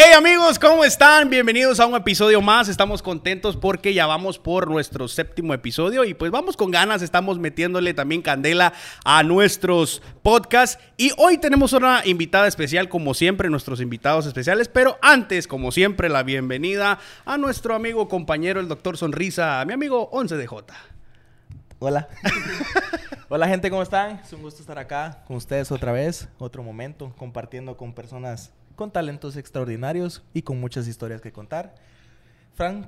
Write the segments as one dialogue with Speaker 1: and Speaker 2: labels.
Speaker 1: Hey amigos, ¿cómo están? Bienvenidos a un episodio más. Estamos contentos porque ya vamos por nuestro séptimo episodio y pues vamos con ganas, estamos metiéndole también candela a nuestros podcasts y hoy tenemos una invitada especial como siempre, nuestros invitados especiales, pero antes como siempre la bienvenida a nuestro amigo compañero el doctor Sonrisa, mi amigo 11DJ.
Speaker 2: Hola. Hola gente, ¿cómo están? Es un gusto estar acá con ustedes otra vez, otro momento, compartiendo con personas con talentos extraordinarios y con muchas historias que contar. Frank,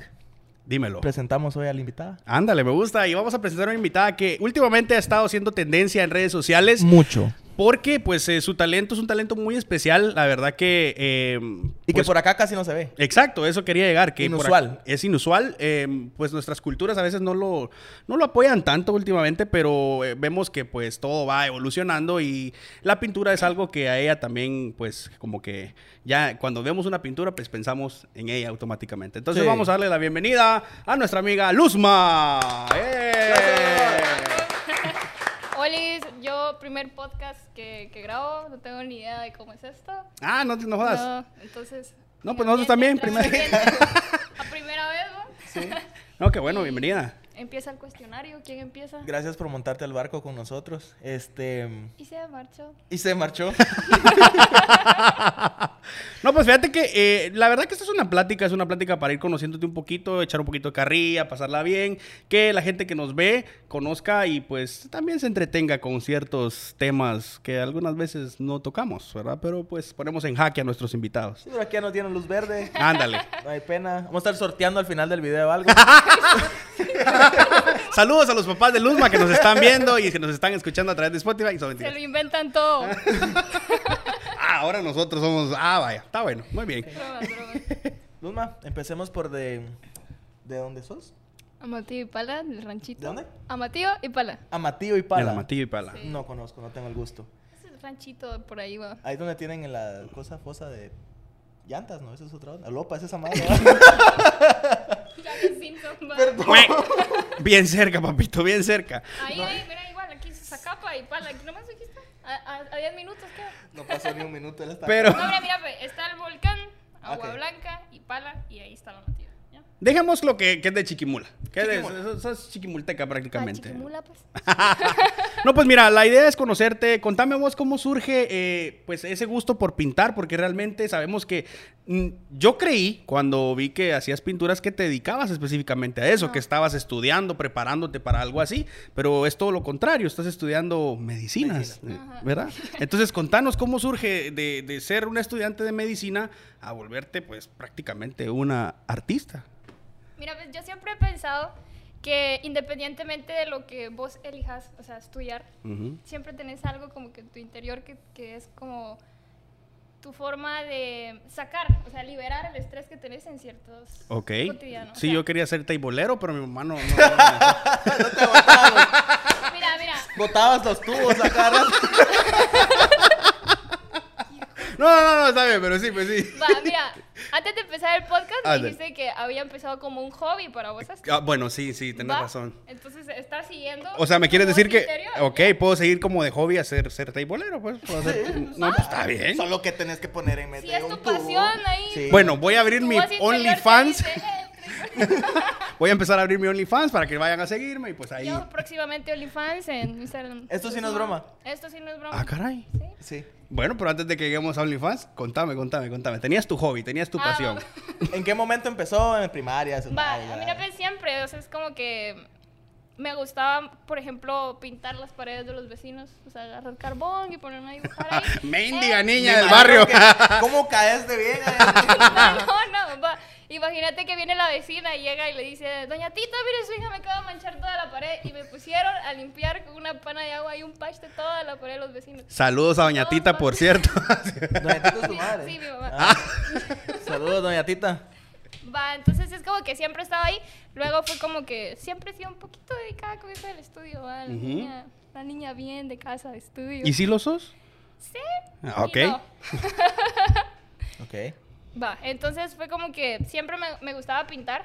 Speaker 1: Dímelo.
Speaker 2: presentamos hoy a la invitada.
Speaker 1: Ándale, me gusta. Y vamos a presentar a una invitada que últimamente ha estado siendo tendencia en redes sociales.
Speaker 2: Mucho.
Speaker 1: Porque, pues, eh, su talento es un talento muy especial. La verdad que. eh,
Speaker 2: Y que
Speaker 1: pues,
Speaker 2: por acá casi no se ve.
Speaker 1: Exacto, eso quería llegar. Que por
Speaker 2: Inusual.
Speaker 1: ac- es inusual. eh, pues nuestras culturas a veces no lo, no lo apoyan tanto últimamente, pero eh, vemos que pues todo va evolucionando y la pintura es algo que a ella también, pues como que ya cuando vemos una pintura, pues pensamos en ella automáticamente. Entonces
Speaker 2: Sí.
Speaker 1: vamos a darle la bienvenida a nuestra amiga Luzma. ¡Eh!
Speaker 3: Olis, yo primer podcast que, que grabo, no tengo ni idea de cómo es esto.
Speaker 1: Ah, no te no jodas.
Speaker 3: No, entonces.
Speaker 1: No, pues nosotros también,
Speaker 3: tranquilo,
Speaker 1: primera-
Speaker 3: tranquilo. A primera vez, ¿no?
Speaker 1: No, qué bueno, bienvenida.
Speaker 3: Empieza el cuestionario, ¿quién empieza?
Speaker 2: Gracias por montarte al barco con nosotros. Este.
Speaker 3: Y se marchó.
Speaker 2: Y se marchó.
Speaker 1: No, pues fíjate que eh, la verdad que esta es una plática, es una plática para ir conociéndote un poquito, echar un poquito de carrilla, pasarla bien, que la gente que nos ve conozca y pues también se entretenga con ciertos temas que algunas veces no tocamos, ¿verdad? Pero pues ponemos en jaque a nuestros invitados.
Speaker 2: Sí, pero aquí ya nos dieron luz verde.
Speaker 1: Ándale.
Speaker 2: No hay pena. Vamos a estar sorteando al final del video algo.
Speaker 1: Saludos a los papás de Luzma que nos están viendo y que nos están escuchando a través de Spotify. Son
Speaker 3: Se
Speaker 1: mentiras.
Speaker 3: lo inventan todo.
Speaker 1: Ah, ahora nosotros somos... Ah, vaya. Está bueno. Muy bien.
Speaker 3: Bromas, bromas.
Speaker 2: Luzma, empecemos por de. ¿De dónde sos?
Speaker 3: Amatillo y Pala, del ranchito.
Speaker 2: ¿De dónde?
Speaker 3: Amatillo y Pala.
Speaker 2: Amatillo y
Speaker 1: El
Speaker 2: Pala.
Speaker 1: amatillo y pala.
Speaker 3: Sí.
Speaker 2: No conozco, no tengo el gusto.
Speaker 3: Es el ranchito por ahí, va.
Speaker 2: Ahí donde tienen la cosa fosa de llantas, ¿no? Esa es otra onda. Lopa, esa es esa madre.
Speaker 3: Ya me siento, va.
Speaker 1: Bien cerca, papito, bien cerca.
Speaker 3: Ahí, ahí, mira, igual, aquí se sacapa y Pala. Aquí nomás aquí está. A, a, a 10 minutos queda.
Speaker 2: No pasó ni un minuto. Él está
Speaker 1: Pero...
Speaker 3: No, mira, mira, ve, está el volcán, agua
Speaker 2: Ok.
Speaker 3: blanca y pala, y ahí está la matilla. ¿ya?
Speaker 1: Dejemos lo que, que es de Chiquimula. Que
Speaker 2: Chiquimula.
Speaker 1: Es, eso- eso es chiquimulteca prácticamente.
Speaker 3: Ah, Chiquimula, pues.
Speaker 1: No, pues mira, la idea es conocerte. Contame vos cómo surge eh, pues ese gusto por pintar, porque realmente sabemos que mm, yo creí cuando vi que hacías pinturas que te dedicabas específicamente a eso, que estabas estudiando, preparándote para algo así, pero es todo lo contrario, estás estudiando medicinas,
Speaker 3: Medicina.
Speaker 1: eh,
Speaker 3: Ajá.
Speaker 1: ¿verdad? Entonces, contanos cómo surge de, de ser un estudiante de medicina a volverte pues prácticamente una artista.
Speaker 3: Mira, pues yo siempre he pensado que independientemente de lo que vos elijas, o sea, estudiar,
Speaker 1: Ujú.
Speaker 3: siempre tenés algo como que en tu interior que, que es como tu forma de sacar, o sea, liberar el estrés que tenés en ciertos
Speaker 1: Ok.
Speaker 3: cotidianos.
Speaker 1: Sí,
Speaker 3: O sea,
Speaker 1: yo quería ser teibolero, pero mi mamá no. no-
Speaker 3: Mira, mira,
Speaker 2: Botabas los tubos acá.
Speaker 1: No, no, no, no, está bien, pero sí, pues sí.
Speaker 3: va, mira, antes de empezar el podcast me
Speaker 1: Ándale.
Speaker 3: dijiste que había empezado como un hobby para vos hasta
Speaker 1: Ah, bueno, sí, sí, tenés
Speaker 3: ¿Va?
Speaker 1: razón.
Speaker 3: Entonces, ¿estás siguiendo?
Speaker 1: O sea, ¿me quieres
Speaker 3: como
Speaker 1: decir
Speaker 3: tu
Speaker 1: que,
Speaker 3: interior?
Speaker 1: ok, puedo seguir como de hobby a ser, ser teibolero? Pues, puedo hacer- no, pues está bien.
Speaker 2: Solo que tenés que poner en medio
Speaker 3: Sí, es
Speaker 2: un
Speaker 3: tu
Speaker 2: tubo.
Speaker 3: pasión ahí.
Speaker 1: Bueno, voy a abrir
Speaker 3: Tu
Speaker 1: mi
Speaker 3: voz interior te
Speaker 1: OnlyFans.
Speaker 3: dice, "Eh,
Speaker 1: Voy a empezar a abrir mi OnlyFans para que vayan a seguirme y pues ahí.
Speaker 3: Yo próximamente OnlyFans en Instagram.
Speaker 2: Esto sí no es broma.
Speaker 3: Esto sí no es broma.
Speaker 1: Ah, caray.
Speaker 3: ¿Sí?
Speaker 2: Sí.
Speaker 1: Bueno, pero antes de que lleguemos a OnlyFans, contame, contame, contame. Tenías tu hobby, tenías tu
Speaker 3: Ah,
Speaker 1: pasión.
Speaker 2: ¿En qué momento empezó? ¿En primaria?
Speaker 3: Va,
Speaker 2: secundaria?
Speaker 3: a mí no pues siempre, o sea, es como que me gustaba, por ejemplo, pintar las paredes de los vecinos, o sea, agarrar carbón y ponerme a dibujar ahí.
Speaker 1: Ah, Mendiga
Speaker 3: Eh,
Speaker 2: Me
Speaker 1: niña del barrio.
Speaker 2: imagino que- ¿Cómo caes de bien? eh?
Speaker 3: no, no, va. Imagínate que viene la vecina y llega y le dice, Doña Tita, mire, su hija me acaba de manchar toda la pared. Y me pusieron a limpiar con una pana de agua y un patch de toda la pared de los vecinos.
Speaker 1: Saludos a Doña
Speaker 3: No,
Speaker 1: Tita,
Speaker 3: no.
Speaker 1: por cierto.
Speaker 2: Doña Tita es tu madre.
Speaker 3: Sí, mi mamá.
Speaker 2: Ah. Saludos, doña Tita.
Speaker 3: Va, entonces es como que siempre estaba ahí. Luego fue como que siempre he sido un poquito dedicada con eso del estudio, va, La,
Speaker 1: Ujú.
Speaker 3: niña, la niña bien de casa, de estudio.
Speaker 1: ¿Y si lo sos?
Speaker 3: Sí.
Speaker 1: Ah,
Speaker 3: y
Speaker 1: ok.
Speaker 3: no.
Speaker 2: Ok.
Speaker 3: Va, entonces fue como que siempre me, me gustaba pintar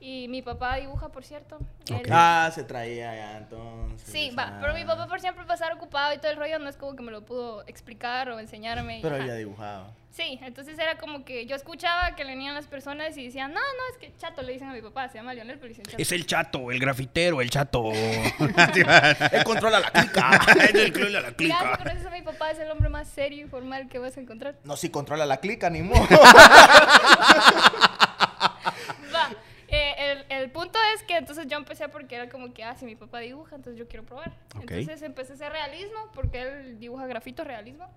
Speaker 3: Y mi papá dibuja, por cierto.
Speaker 1: Ok.
Speaker 3: Él-
Speaker 2: Ah, se traía ya entonces.
Speaker 3: Sí, va,
Speaker 2: ah.
Speaker 3: pero mi papá por siempre pasar ocupado y todo el rollo no es como que me lo pudo explicar o enseñarme. y
Speaker 2: Pero
Speaker 3: ajá.
Speaker 2: ella dibujaba.
Speaker 3: Sí, entonces era como que yo escuchaba que le venían las personas y decían, no, no, es que chato le dicen a mi papá, se llama Leonel, pero le dicen chato.
Speaker 1: Es el chato, el grafitero, el chato.
Speaker 2: Él controla la clica.
Speaker 1: Ah, Es el club de la
Speaker 3: Ya, si
Speaker 1: clica.
Speaker 3: conoces a mi papá, es el hombre más serio y formal que vas a encontrar.
Speaker 2: No, si controla la clica, ni modo.
Speaker 3: Va, eh, el, el punto es que entonces yo empecé porque era como que, ah, si mi papá dibuja, entonces yo quiero probar.
Speaker 1: Ok.
Speaker 3: Entonces empecé a hacer realismo porque él dibuja grafito realismo.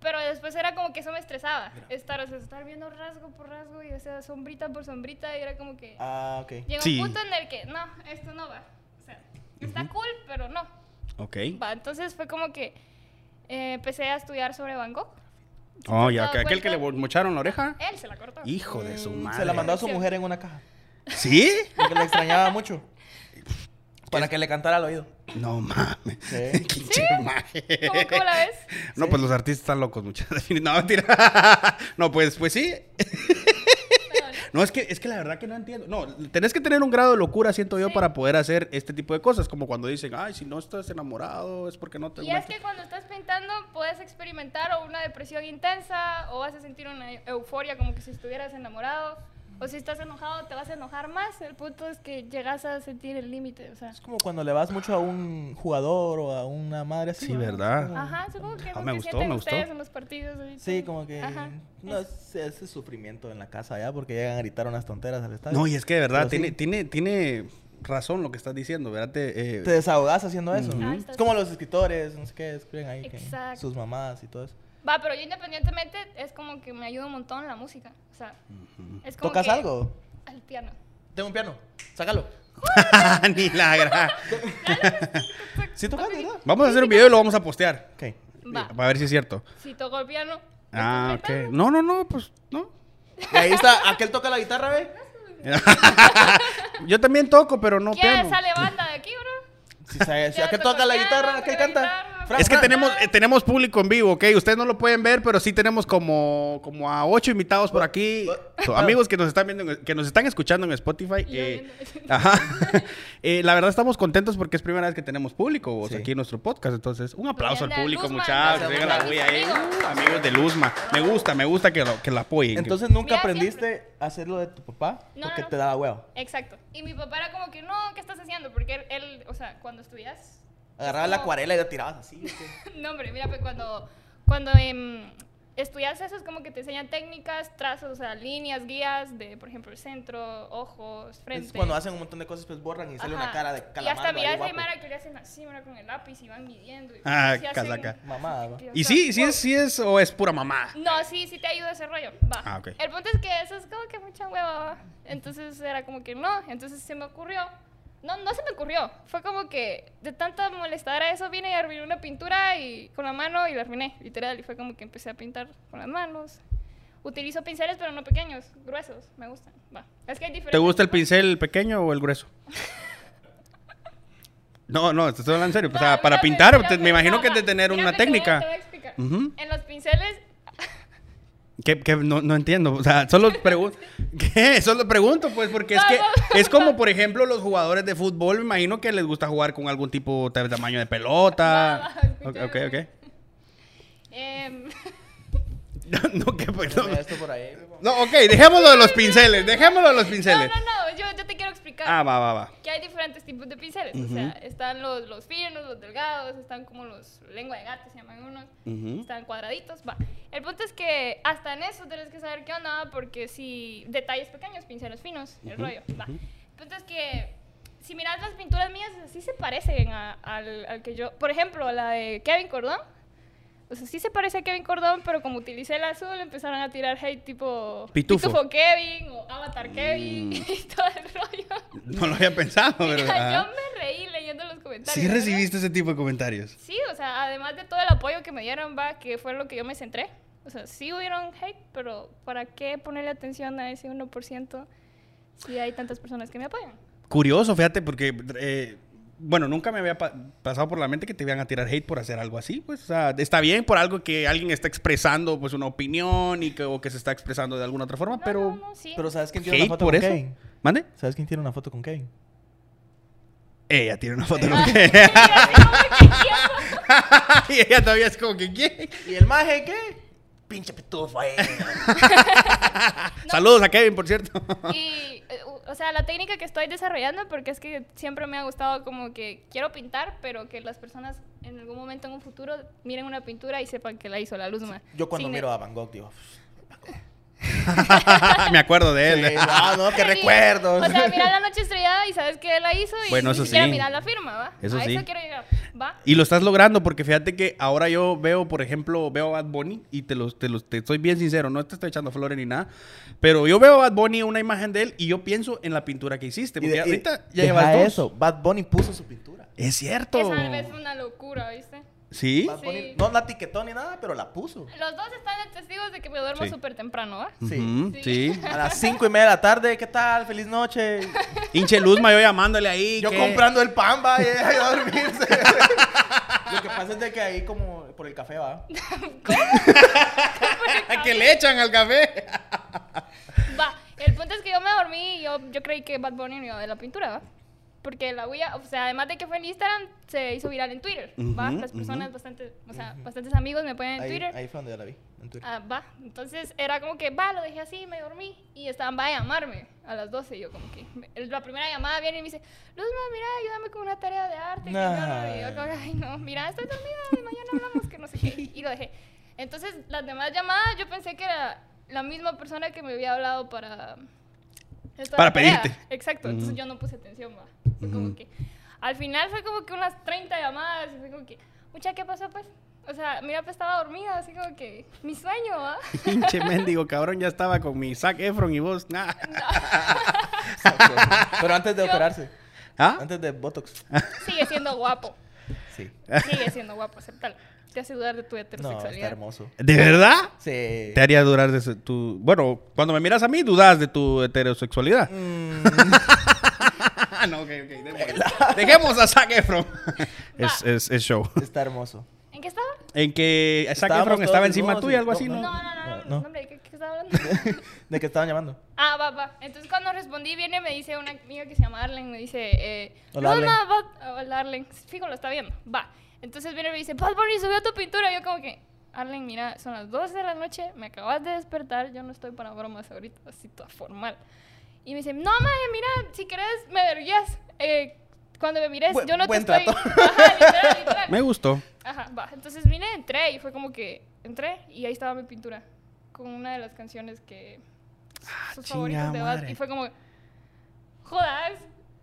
Speaker 3: Pero después era como que eso me estresaba, estar, o sea, estar viendo rasgo por rasgo y o sea, sombrita por sombrita y era como que...
Speaker 2: ah, ok.
Speaker 3: Llegó
Speaker 1: Sí.
Speaker 3: un punto en el que, no, esto no va. O sea, está cool, pero no.
Speaker 1: Ok.
Speaker 3: Va, entonces fue como que eh, empecé a estudiar sobre Van Gogh.
Speaker 1: Oh, ya,
Speaker 3: dado
Speaker 1: que aquel que le
Speaker 3: cuenta?
Speaker 1: mocharon la oreja.
Speaker 3: Él se la cortó.
Speaker 1: Hijo de su
Speaker 2: Mm,
Speaker 1: madre.
Speaker 2: Se la mandó a su mujer en una caja.
Speaker 1: ¿Sí?
Speaker 2: Porque la extrañaba mucho. Para que le cantara al oído.
Speaker 1: No mames.
Speaker 2: Sí.
Speaker 1: Qué chemaje.
Speaker 3: ¿Cómo, cómo la ves?
Speaker 1: No, pues los artistas están locos, muchachos. No, mentira. No, pues, pues sí. No, es que, es que la verdad que no entiendo. No, tenés que tener un grado de locura, siento yo,
Speaker 3: Sí.
Speaker 1: para poder hacer este tipo de cosas. Como cuando dicen, ay, si no estás enamorado, es porque no te
Speaker 3: Y es
Speaker 1: metes".
Speaker 3: que cuando estás pintando puedes experimentar o una depresión intensa o vas a sentir una euforia como que si estuvieras enamorado o si estás enojado te vas a enojar más. El punto es que llegas a sentir el límite, o sea.
Speaker 2: Es como cuando le vas mucho a un jugador o a una madre así.
Speaker 1: Sí,
Speaker 2: ¿no?
Speaker 1: ¿verdad?
Speaker 2: Como-
Speaker 3: Ajá, supongo que es
Speaker 1: Ah,
Speaker 3: lo
Speaker 1: me
Speaker 3: que
Speaker 1: gustó,
Speaker 3: sienten
Speaker 1: me gustó.
Speaker 3: ustedes en los partidos. ahorita.
Speaker 2: Sí, como que.
Speaker 3: Ajá.
Speaker 2: No, sé, ese sufrimiento en la casa ya porque llegan a gritar unas tonteras al estadio.
Speaker 1: No, y es que de verdad,
Speaker 2: Pero sí.
Speaker 1: tiene, tiene, tiene razón lo que estás diciendo, ¿verdad? Te, eh,
Speaker 2: Te desahogas haciendo eso.
Speaker 3: Ujú. Ah, está
Speaker 2: Es como los escritores, no sé qué, escriben ahí. que
Speaker 3: Exacto.
Speaker 2: sus mamás y todo eso.
Speaker 3: Va, pero yo independientemente es como que me ayuda un montón la música. O sea, es como
Speaker 2: ¿Tocas
Speaker 3: que-
Speaker 2: algo?
Speaker 3: Al piano.
Speaker 2: Tengo un piano. Sácalo.
Speaker 1: Ni la gra-
Speaker 2: Sí, tocas, ¿verdad?
Speaker 1: Vamos a hacer un video y lo vamos a postear.
Speaker 2: Ok.
Speaker 3: Va.
Speaker 1: Para ver si es cierto.
Speaker 3: Si toco el piano.
Speaker 1: Ah,
Speaker 3: estoy
Speaker 1: ok. No, no, no, pues no.
Speaker 2: Y ahí está, aquel toca la guitarra, ¿ve?
Speaker 1: Yo también toco, pero no
Speaker 3: ¿Quién
Speaker 1: piano.
Speaker 3: sale banda de aquí, bro?
Speaker 2: Si sabe- si
Speaker 3: Ya
Speaker 2: aquel
Speaker 3: toco
Speaker 2: toca la
Speaker 3: piano,
Speaker 2: guitarra,
Speaker 3: toco
Speaker 2: aquel
Speaker 3: la
Speaker 2: canta.
Speaker 3: guitarra.
Speaker 2: Fran,
Speaker 1: Es que
Speaker 2: Fran.
Speaker 1: tenemos, eh, tenemos público en vivo, ¿ok? Ustedes no lo pueden ver, pero sí tenemos como, como a ocho invitados por aquí. So, amigos que nos están viendo, en- que nos están escuchando en Spotify.
Speaker 3: Y yo
Speaker 1: eh,
Speaker 3: viendo.
Speaker 1: ajá. Eh, la verdad estamos contentos porque es primera vez que tenemos público vos,
Speaker 2: Sí.
Speaker 1: aquí en nuestro podcast. Entonces, un aplauso al
Speaker 3: Venga,
Speaker 1: público,
Speaker 3: Luzma,
Speaker 1: muchachos.
Speaker 2: gracias,
Speaker 1: Venga la
Speaker 2: gracias,
Speaker 1: bulla ahí.
Speaker 3: amigos.
Speaker 1: Uh, Amigos de Luzma. Me gusta, me gusta que lo, que lo apoyen.
Speaker 2: Entonces nunca
Speaker 3: Mira,
Speaker 2: aprendiste a hacer lo de tu papá
Speaker 3: No,
Speaker 2: porque
Speaker 3: no, no.
Speaker 2: te daba huevo.
Speaker 3: Exacto. Y mi papá era como que, no, ¿qué estás haciendo? Porque él, él, o sea, cuando estudias.
Speaker 2: Agarrabas la acuarela y la tirabas así.
Speaker 3: No, hombre, mira, pues cuando, cuando em, estudias eso es como que te enseñan técnicas, trazos, o sea, líneas, guías de, por ejemplo, el centro, ojos, frente.
Speaker 2: Es cuando hacen un montón de cosas, pues borran y sale una
Speaker 3: Ajá.
Speaker 2: cara de
Speaker 3: Y
Speaker 2: calamar.
Speaker 3: hasta
Speaker 2: ahí
Speaker 3: mirás esa
Speaker 2: guapo.
Speaker 3: mara que le hacen así, mira, con el lápiz y van midiendo. Y
Speaker 1: Ah,
Speaker 3: sí hacen-
Speaker 1: casaca.
Speaker 2: Mamada, va.
Speaker 3: o
Speaker 1: y
Speaker 3: sea,
Speaker 1: sí, sí
Speaker 3: wow.
Speaker 1: es, sí es o es pura mamá.
Speaker 3: No, sí, sí te ayuda ese rollo. Va.
Speaker 1: Ah, ok.
Speaker 3: El punto es que eso es como que mucha hueva. va. Entonces era como que no. Entonces se me ocurrió. No, no se me ocurrió. Fue como que de tanta molestadera eso vine y arruiné una pintura y con la mano y la arruiné, literal. Y fue como que empecé a pintar con las manos. Utilizo pinceles, pero no pequeños, gruesos. Me gustan. Va. Es que hay diferentes.
Speaker 1: ¿Te gusta el
Speaker 3: tipos.
Speaker 1: pincel pequeño o el grueso? No, no, te estoy hablando en serio. O
Speaker 3: Va,
Speaker 1: sea, para
Speaker 3: mírame,
Speaker 1: pintar, te-
Speaker 3: mírame,
Speaker 1: me imagino
Speaker 3: va,
Speaker 1: que
Speaker 3: va.
Speaker 1: es de tener
Speaker 3: Mírame,
Speaker 1: una
Speaker 3: te voy a- te voy a
Speaker 1: técnica.
Speaker 3: explicar.
Speaker 1: Ujú.
Speaker 3: En los pinceles.
Speaker 1: Que, que no, no entiendo. O sea, solo pregunto. ¿Qué? Solo pregunto, pues, porque es
Speaker 3: No,
Speaker 1: que
Speaker 3: no.
Speaker 1: es como, por ejemplo, los jugadores de fútbol, me imagino que les gusta jugar con algún tipo de tamaño de pelota.
Speaker 3: Va, va,
Speaker 1: Ok, Ah, ok,
Speaker 3: escucha.
Speaker 1: ok.
Speaker 3: em,
Speaker 1: No, que pues, no.
Speaker 2: Ponme esto por ahí.
Speaker 1: No, ok, dejémoslo de los pinceles, dejémoslo de los pinceles.
Speaker 3: No, no, no. Yo, yo te quiero explicar.
Speaker 1: Ah, va, va, va.
Speaker 3: que hay diferentes tipos de pinceles. O sea, están los, los finos, los delgados, están como los lengua de gato, se llaman unos,
Speaker 1: Ujú.
Speaker 3: están cuadraditos. Va. El punto es que hasta en eso tenés que saber qué onda, porque si detalles pequeños, pinceles finos, el rollo. Va. El punto es que si miras las pinturas mías, sí se parecen a- al, al que yo. Por ejemplo, la de Kevin Cordón. O sea, sí se parece a Kevin Cordón, pero como utilicé el azul, empezaron a tirar hate tipo
Speaker 1: Pitufo. Mm.
Speaker 3: Kevin o Avatar Kevin y todo el rollo.
Speaker 1: No lo había pensado, pero.
Speaker 3: Mira,
Speaker 1: ajá.
Speaker 3: yo me reí leyendo los comentarios.
Speaker 1: Sí
Speaker 3: ¿verdad?
Speaker 1: recibiste ese tipo de comentarios.
Speaker 3: Sí, o sea, además de todo el apoyo que me dieron, va, que fue lo que yo me centré. O sea, sí hubieron hate, pero ¿para qué ponerle atención a ese 1% si hay tantas personas que me apoyan?
Speaker 1: Curioso, fíjate, porque eh, bueno, nunca me había pa- pasado por la mente que te iban a tirar hate por hacer algo así, pues, o sea, está bien por algo que alguien está expresando, pues, una opinión y que, o que se está expresando de alguna otra forma,
Speaker 3: No,
Speaker 1: pero
Speaker 3: no, no, sí.
Speaker 2: Pero ¿sabes quién tiene
Speaker 1: hate
Speaker 2: una foto
Speaker 1: por
Speaker 2: con
Speaker 1: eso.
Speaker 2: Kevin?
Speaker 1: ¿Mande?
Speaker 2: ¿Sabes quién tiene una foto con Kevin?
Speaker 1: Ella tiene una foto
Speaker 3: Ah,
Speaker 1: con
Speaker 3: sí,
Speaker 1: Kevin.
Speaker 3: así como que quiero.
Speaker 1: y ella todavía es como que, ¿qué?
Speaker 2: ¿Y el maje qué? Pinche eh. pitufo ahí.
Speaker 1: Saludos a Kevin, por cierto.
Speaker 3: Y, eh, u- o sea, la técnica que estoy desarrollando, porque es que siempre me ha gustado como que quiero pintar, pero que las personas en algún momento en un futuro miren una pintura y sepan que la hizo la Luzma.
Speaker 2: Yo cuando
Speaker 3: Sin-
Speaker 2: miro a Van Gogh digo...
Speaker 1: me acuerdo de él.
Speaker 2: "Eh, No, no, qué
Speaker 3: Sí.
Speaker 2: recuerdos.
Speaker 3: O sea, mirar la noche estrellada y sabes que él la hizo y
Speaker 1: Bueno,
Speaker 3: ni
Speaker 1: eso
Speaker 3: siquiera
Speaker 1: sí.
Speaker 3: mirar la firma, ¿va?
Speaker 1: Eso
Speaker 3: a
Speaker 1: sí.
Speaker 3: eso quiero llegar, ¿va?
Speaker 1: Y lo estás logrando porque fíjate que ahora yo veo, por ejemplo, veo a Bad Bunny y te los, te los, te soy bien sincero, no te estoy echando flores ni nada, pero yo veo a Bad Bunny una imagen de él y yo pienso en la pintura que hiciste.
Speaker 2: Y
Speaker 1: Porque
Speaker 2: de- y-
Speaker 1: ahorita ya
Speaker 2: deja
Speaker 1: llevas dos.
Speaker 2: eso. Bad Bunny puso su pintura.
Speaker 1: Es cierto.
Speaker 3: Que tal vez es una locura, ¿viste?
Speaker 1: Sí.
Speaker 2: Bad Bunny
Speaker 3: Sí.
Speaker 2: no la etiquetó ni nada, pero la puso.
Speaker 3: Los dos están testigos de que me duermo
Speaker 1: Sí.
Speaker 3: súper temprano, ¿va?
Speaker 2: Sí.
Speaker 1: Ujú, sí.
Speaker 3: Sí.
Speaker 2: A las cinco y media de la tarde, ¿qué tal? Feliz noche.
Speaker 1: Hinche Luzma, yo llamándole ahí.
Speaker 2: Yo
Speaker 1: que-
Speaker 2: comprando el pan, va, y ella iba a dormirse. Lo que pasa es de que ahí como por el café va.
Speaker 1: que le echan al café.
Speaker 3: Va, el punto es que yo me dormí y yo, yo creí que Bad Bunny no iba a ver la pintura, ¿va? Porque la huella, o sea, además de que fue en Instagram, se hizo viral en Twitter, ¿va?
Speaker 1: Ujú,
Speaker 3: Las personas,
Speaker 1: ujú.
Speaker 3: bastante, o sea, bastantes amigos me ponen en
Speaker 2: Ahí,
Speaker 3: Twitter.
Speaker 2: ahí fue donde yo la vi. en Twitter.
Speaker 3: Ah, va, entonces era como que, va, lo dejé así, me dormí y estaban, va a llamarme a las 12. Y yo, como que, me- la primera llamada viene y me dice, Luzma, mira, ayúdame con una tarea de arte. que yo no-". Y yo, como, ay, no, mira, estoy dormida, y mañana hablamos, que no sé qué. Y lo dejé. Entonces, las demás llamadas, yo pensé que era la misma persona que me había hablado para. esta
Speaker 1: Para
Speaker 3: tarea.
Speaker 1: pedirte.
Speaker 3: Exacto, entonces yo no puse atención, va. Fue como que. Al final fue como que unas 30 llamadas y fue como que, mucha, ¿qué pasó, pues? O sea, mira, pues estaba dormida, así como que mi sueño, ¿va?
Speaker 1: Pinche mendigo, cabrón, ya estaba con mi Zac Efron y vos. nah.
Speaker 2: Exacto. Pero antes de operarse.
Speaker 1: ¿Ah?
Speaker 2: Antes de Botox.
Speaker 3: Sigue siendo guapo.
Speaker 2: Sí.
Speaker 3: Sigue siendo guapo, acéptalo. Te hace dudar de tu
Speaker 2: No, está
Speaker 3: heterosexualidad.
Speaker 2: hermoso.
Speaker 1: ¿De verdad?
Speaker 2: Sí.
Speaker 1: Te haría durar de su- tu... Bueno, cuando me miras a mí, dudas de tu heterosexualidad.
Speaker 2: Mm,
Speaker 1: Ah, no, ok, ok. démosle. Dejemos a Zac Efron. es, es, es show.
Speaker 2: está hermoso.
Speaker 3: ¿En qué estaba?
Speaker 1: En que Zac
Speaker 2: Estábamos
Speaker 1: Efron estaba
Speaker 2: todos
Speaker 1: encima
Speaker 2: desnudos
Speaker 1: tuya,
Speaker 2: y-
Speaker 1: algo
Speaker 2: no,
Speaker 1: así, ¿no?
Speaker 3: No,
Speaker 2: no.
Speaker 3: no, no, no,
Speaker 2: no.
Speaker 3: no, hombre, ¿de qué, qué estaba hablando?
Speaker 2: ¿De qué estaban llamando?
Speaker 3: Ah, va, va. Entonces cuando respondí, viene, me dice una amiga que se llama Arlen, me dice, eh,
Speaker 2: Hola,
Speaker 3: "Luzma, Bad- hola Arlen, fijo, lo está viendo, va. Entonces viene y me dice, Bad Bunny subió tu pintura, yo como que, Arlen, mira, son las 12 de la noche, me acabas de despertar, yo no estoy para bromas ahorita, así toda formal. Y me dice, no, maje, mira, si querés, me verguías, eh, cuando me mires,
Speaker 2: Bu-
Speaker 3: yo no te
Speaker 2: buen
Speaker 3: estoy...
Speaker 2: trato.
Speaker 3: Ajá, literal, literal.
Speaker 1: Me gustó.
Speaker 3: Ajá, va. Entonces vine, entré y fue como que entré y ahí estaba mi pintura con una de las canciones que
Speaker 1: Ah, chinga
Speaker 3: sus favoritos de Bad
Speaker 1: madre.
Speaker 3: y fue como jodas,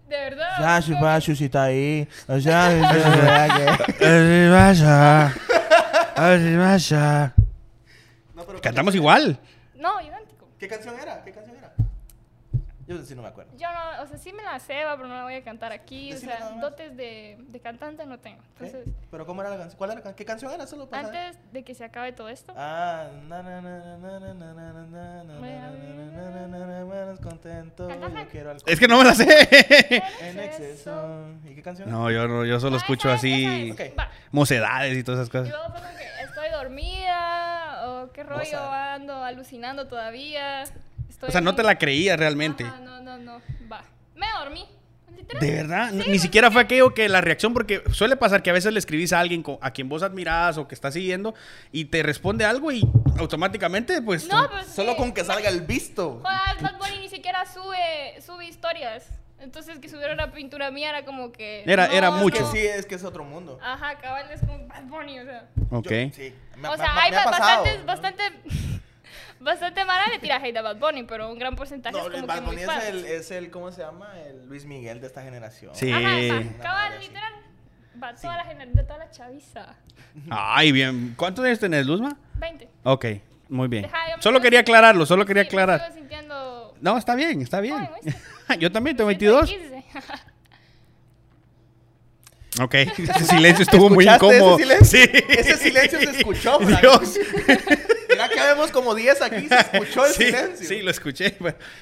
Speaker 3: de verdad.
Speaker 2: Ya,
Speaker 3: Fue
Speaker 2: si
Speaker 3: como
Speaker 2: va,
Speaker 3: que-
Speaker 2: si está ahí. O sea, si va, que- No, pero-
Speaker 1: Cantamos igual.
Speaker 3: No, idéntico.
Speaker 2: ¿Qué canción era? ¿Qué canción era? Yo sí no me acuerdo.
Speaker 3: Yo no, o sea, sí me la sé, va, pero no la voy a cantar aquí, o
Speaker 2: Decime
Speaker 3: sea,
Speaker 2: nada más.
Speaker 3: dotes de, de cantante no tengo. Entonces,
Speaker 2: ¿Eh? ¿Pero cómo era la canción? ¿Cuál era la canción? ¿Qué canción era? Solo para saber.
Speaker 3: antes de que se acabe todo esto,
Speaker 2: Ah, na, na, na, na, na, na, na, na, na, na, na, na, na, na, na, na, na, buenos contentos,
Speaker 3: Cantame.
Speaker 2: yo quiero alcohol.
Speaker 1: Es que no me la sé.
Speaker 2: En exceso. ¿Y qué canción?
Speaker 1: No, yo no, yo solo
Speaker 3: Ah,
Speaker 1: escucho
Speaker 3: esa es,
Speaker 1: así
Speaker 3: esa es.
Speaker 2: Ok.
Speaker 3: Va.
Speaker 1: mocedades y todas esas
Speaker 3: Y
Speaker 1: cosas.
Speaker 3: luego fue como que estoy dormida, o qué rollo,
Speaker 2: Mozart.
Speaker 3: ando alucinando todavía. Estoy
Speaker 1: O sea, no
Speaker 3: muy-
Speaker 1: te la creías realmente.
Speaker 3: Ajá, no, no, no. Va. Me dormí. Literal.
Speaker 1: De verdad, No,
Speaker 3: Sí,
Speaker 1: ni
Speaker 3: pues,
Speaker 1: siquiera fue aquello que la reacción, porque suele pasar que a veces le escribís a alguien co- a quien vos admirás o que estás siguiendo y te responde algo y automáticamente, pues.
Speaker 3: No, pero es
Speaker 2: Solo con que salga el visto.
Speaker 3: Joder, Bad Bunny ni siquiera sube, sube historias. Entonces, que subiera una pintura mía era como que.
Speaker 1: Era- era
Speaker 2: Es que
Speaker 1: mucho.
Speaker 2: sí, es que es otro mundo.
Speaker 3: Ajá, cabal es como Bad Bunny, o sea.
Speaker 1: Ok.
Speaker 2: Yo- sí. Me-
Speaker 3: o
Speaker 2: me-
Speaker 3: sea,
Speaker 2: me-
Speaker 3: hay
Speaker 2: me ha pasado.
Speaker 3: bastantes, bastante. Bastante mala le tira hate a Bad Bunny, pero un gran porcentaje
Speaker 2: No,
Speaker 3: es como
Speaker 2: el
Speaker 3: que
Speaker 2: Bad
Speaker 3: muy
Speaker 2: Bunny
Speaker 3: fan.
Speaker 2: es el, es el, ¿cómo se llama? El Luis Miguel de esta generación. Ah,
Speaker 1: Sí.
Speaker 3: Ajá,
Speaker 1: Eh.
Speaker 3: va, cabal, literal. Va toda la gener- de toda la chaviza.
Speaker 1: Ay, bien. ¿Cuántos años tenés, Luzma?
Speaker 3: 20.
Speaker 1: Ok, muy bien.
Speaker 3: Deja, yo me
Speaker 1: Solo
Speaker 3: sigo
Speaker 1: quería
Speaker 3: sintiendo-
Speaker 1: aclararlo, solo quería
Speaker 3: sí, me
Speaker 1: aclarar.
Speaker 3: sigo sintiendo
Speaker 1: No, está bien, está bien.
Speaker 3: Ay, ¿oíste?
Speaker 1: Yo también tengo
Speaker 3: me
Speaker 1: 22.
Speaker 3: siento de 15.
Speaker 1: Ok, ese silencio estuvo muy
Speaker 2: ¿Escuchaste ese
Speaker 1: incómodo.
Speaker 2: silencio?
Speaker 1: Sí.
Speaker 2: Ese silencio se escuchó, Frank.
Speaker 1: Dios.
Speaker 2: Mira que llevemos como 10 aquí, se escuchó el
Speaker 1: sí,
Speaker 2: silencio.
Speaker 1: sí, lo escuché.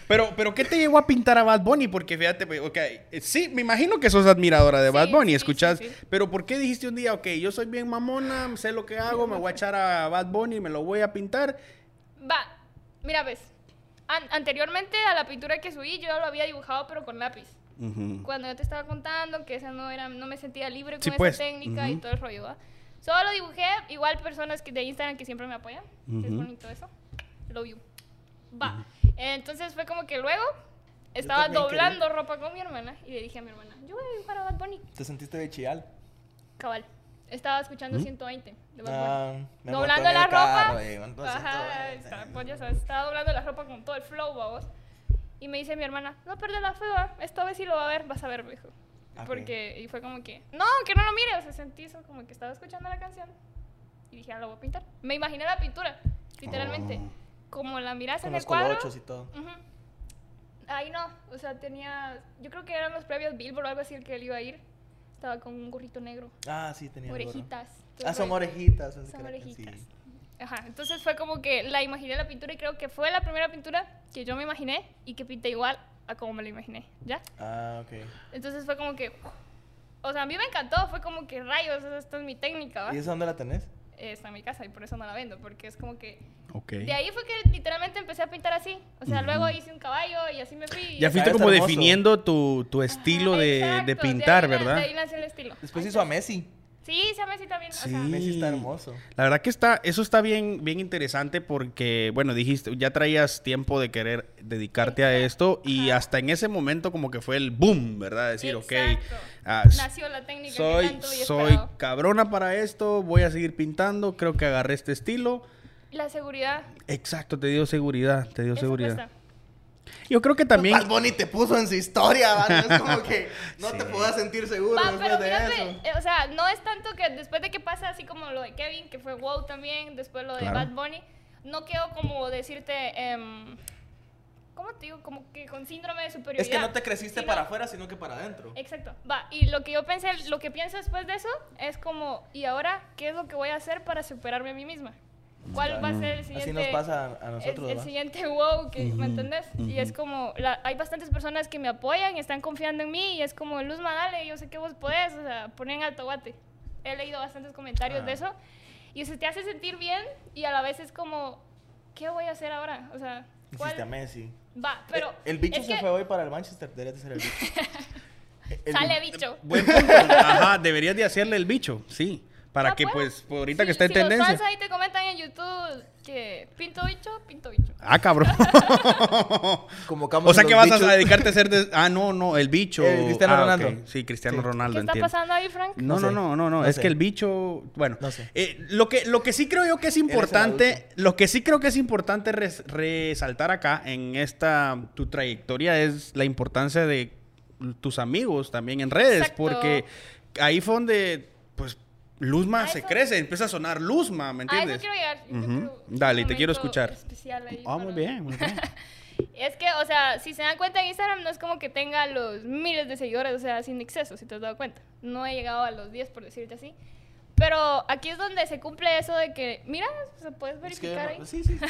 Speaker 1: Pero, pero, ¿qué te llevó a pintar a Bad Bunny? Porque fíjate, pues, ok, eh, sí, me imagino que sos admiradora de
Speaker 3: Sí,
Speaker 1: Bad Bunny,
Speaker 3: sí,
Speaker 1: escuchás.
Speaker 3: sí, sí.
Speaker 1: Pero, ¿por qué dijiste un día, ok, yo soy bien mamona, sé lo que hago, me voy a echar a Bad Bunny, me lo voy a pintar?
Speaker 3: Va, mira, ves. an- anteriormente a la pintura que subí, yo ya lo había dibujado, pero con lápiz. Cuando yo te estaba contando que esa no era, no me sentía libre con
Speaker 1: Sí,
Speaker 3: esa
Speaker 1: pues.
Speaker 3: técnica y
Speaker 1: Ujú.
Speaker 3: todo el rollo. ¿va? Solo dibujé, igual personas que de Instagram que siempre me apoyan. Es
Speaker 1: Ujú.
Speaker 3: bonito eso. Lo you. Va. Entonces fue como que luego estaba
Speaker 2: también quería.
Speaker 3: doblando ropa con mi hermana y le dije a mi hermana, yo voy a dibujar a Bad Bunny.
Speaker 2: ¿Te sentiste de chial?
Speaker 3: Cabal. Estaba escuchando 120 de Bad Bunny.
Speaker 2: Ah, me monto
Speaker 3: doblando
Speaker 2: en
Speaker 3: la
Speaker 2: el carro,
Speaker 3: ropa.
Speaker 2: eh, monto
Speaker 3: Ajá,
Speaker 2: 120.
Speaker 3: está- pues ya sabes, estaba doblando la ropa con todo el flow, vos. Y me dice mi hermana, no perdés la fe, va, esta vez sí lo va a ver, vas a ver, me dijo.
Speaker 2: Ah,
Speaker 3: Porque, y fue como que, no, que no lo mire, o sea, sentí eso, como que estaba escuchando la canción. Y dije, ah, lo voy a pintar. Me imaginé la pintura, literalmente. Como la miras
Speaker 2: Con
Speaker 3: en
Speaker 2: Oh. los
Speaker 3: el cuadro.
Speaker 2: colochos y todo.
Speaker 3: Ujú. Ahí no, o sea, tenía, yo creo que eran los previos Billboard o algo así el que él iba a ir. Estaba con un gorrito negro,
Speaker 2: Ah, sí, tenía el gorro.
Speaker 3: orejitas. todo
Speaker 2: Ah,
Speaker 3: el
Speaker 2: son
Speaker 3: rollo.
Speaker 2: orejitas. pensé
Speaker 3: Son
Speaker 2: que era que
Speaker 3: orejitas.
Speaker 2: sí.
Speaker 3: Ajá, entonces fue como que la imaginé la pintura y creo que fue la primera pintura que yo me imaginé y que pinté igual a como me la imaginé, ¿ya?
Speaker 2: Ah, ok.
Speaker 3: Entonces fue como que... O sea, a mí me encantó, fue como que rayos, esta es mi técnica, ¿va?
Speaker 2: ¿Y esa dónde la tenés?
Speaker 3: Eh, Está en mi casa y por eso no la vendo, porque es como que...
Speaker 1: Ok.
Speaker 3: De ahí fue que literalmente empecé a pintar así. O sea, luego hice un caballo y así me fui.
Speaker 1: Ya
Speaker 3: Ajá,
Speaker 1: fuiste
Speaker 2: está
Speaker 1: como
Speaker 2: hermoso.
Speaker 1: definiendo tu, tu estilo de,
Speaker 3: exacto,
Speaker 1: de
Speaker 3: ahí
Speaker 1: pintar,
Speaker 3: na-
Speaker 1: ¿verdad?
Speaker 3: De ahí nació el estilo.
Speaker 2: Después hizo a Messi.
Speaker 3: Sí, se llama así también. O sea,
Speaker 2: Messi está hermoso.
Speaker 1: La verdad que está, eso está bien, bien interesante porque, bueno, dijiste, ya traías tiempo de querer dedicarte a esto y hasta en ese momento como que fue el boom, ¿verdad? Decir, ok,
Speaker 3: Exacto.
Speaker 1: ah,
Speaker 3: nació la técnica que
Speaker 1: soy,
Speaker 3: tanto había
Speaker 1: soy
Speaker 3: esperado.
Speaker 1: cabrona para esto, voy a seguir pintando, creo que agarré este estilo.
Speaker 3: La seguridad.
Speaker 1: Exacto, te dio seguridad, te dio
Speaker 3: eso
Speaker 1: seguridad.
Speaker 3: cuesta.
Speaker 1: Yo creo que también...
Speaker 2: Bad Bunny te puso en su historia, ¿vale? Es como que no te
Speaker 1: Sí.
Speaker 2: podás sentir seguro
Speaker 3: Va,
Speaker 2: después
Speaker 3: pero
Speaker 2: de
Speaker 3: fíjate,
Speaker 2: eso.
Speaker 3: eh, o sea, no es tanto que después de que pasa así como lo de Kevin, que fue wow también, después lo de
Speaker 1: Claro.
Speaker 3: Bad Bunny, no quedó como decirte, em, ¿cómo te digo? Como que con síndrome de superioridad.
Speaker 2: Es que no te creciste
Speaker 3: sino-
Speaker 2: para afuera, sino que para adentro.
Speaker 3: Exacto. Va, y lo que yo pensé, lo que pienso después de eso es como, ¿y ahora qué es lo que voy a hacer para superarme a mí misma? ¿Cuál va a ser el
Speaker 2: Así
Speaker 3: siguiente?
Speaker 2: nos pasa a- a
Speaker 3: el-
Speaker 2: nosotros,
Speaker 3: El,
Speaker 2: ¿va?
Speaker 3: siguiente wow, que, ¿me entendés? Y es como, la- hay bastantes personas que me apoyan, están confiando en mí y es como, Luz Madale, yo sé que vos podés, o sea, ponen alto guate. He leído bastantes comentarios de
Speaker 2: Ah.
Speaker 3: eso y se te hace sentir bien y a la vez es como, ¿qué voy a hacer ahora? O sea, ¿cuál?
Speaker 2: Hiciste a Messi.
Speaker 3: Va, pero...
Speaker 2: Eh, el bicho
Speaker 3: es
Speaker 2: se
Speaker 3: que
Speaker 2: fue hoy para el Manchester. Deberías de ser el bicho. El-
Speaker 3: Sale bicho.
Speaker 1: Buen punto. Ajá, deberías de hacerle el bicho, sí. Para
Speaker 3: Ah,
Speaker 1: que
Speaker 3: pues.
Speaker 1: pues, ahorita
Speaker 3: Sí,
Speaker 1: que está en
Speaker 3: si los
Speaker 1: tendencia.
Speaker 3: fans ahí te comentan en YouTube que pinto bicho, pinto bicho.
Speaker 1: Ah, cabrón.
Speaker 2: Convocamos
Speaker 1: O sea
Speaker 2: los
Speaker 1: que vas
Speaker 2: bichos.
Speaker 1: a dedicarte a ser de... Ah, no, no, el bicho.
Speaker 2: Eh, Cristiano
Speaker 1: Ah,
Speaker 2: Ronaldo.
Speaker 1: ok. Sí, Cristiano
Speaker 2: Sí.
Speaker 1: Ronaldo.
Speaker 3: ¿Qué está
Speaker 1: Ah, entiendo.
Speaker 3: pasando ahí, Frank?
Speaker 1: No,
Speaker 2: No
Speaker 1: no,
Speaker 2: sé.
Speaker 1: no, no, no,
Speaker 2: No
Speaker 1: es
Speaker 2: sé.
Speaker 1: que el bicho, bueno,
Speaker 2: No sé.
Speaker 1: eh, lo que lo que sí creo yo que es
Speaker 2: el
Speaker 1: importante,
Speaker 2: adulto.
Speaker 1: lo que sí creo que es importante res- resaltar acá en esta tu trayectoria es la importancia de tus amigos también en redes,
Speaker 3: Exacto.
Speaker 1: porque ahí fue donde pues Luzma
Speaker 3: A
Speaker 1: se
Speaker 3: eso-
Speaker 1: crece, empieza a sonar Luzma, ¿me
Speaker 3: A eso
Speaker 1: entiendes?
Speaker 3: quiero llegar. Yo
Speaker 1: Ujú.
Speaker 3: creo que
Speaker 1: Dale,
Speaker 3: un
Speaker 1: te quiero
Speaker 3: momento
Speaker 1: escuchar.
Speaker 3: especial ahí
Speaker 1: Ah,
Speaker 3: para-
Speaker 1: muy bien, muy bien.
Speaker 3: Es que, o sea, si se dan cuenta en Instagram, no es como que tenga los miles de seguidores, o sea, sin exceso, si te has dado cuenta. No he llegado a los 10, por decirte así. Pero aquí es donde se cumple eso de que, mira, o sea, puedes
Speaker 2: Es que-
Speaker 3: verificar ahí
Speaker 2: Sí, sí. sí.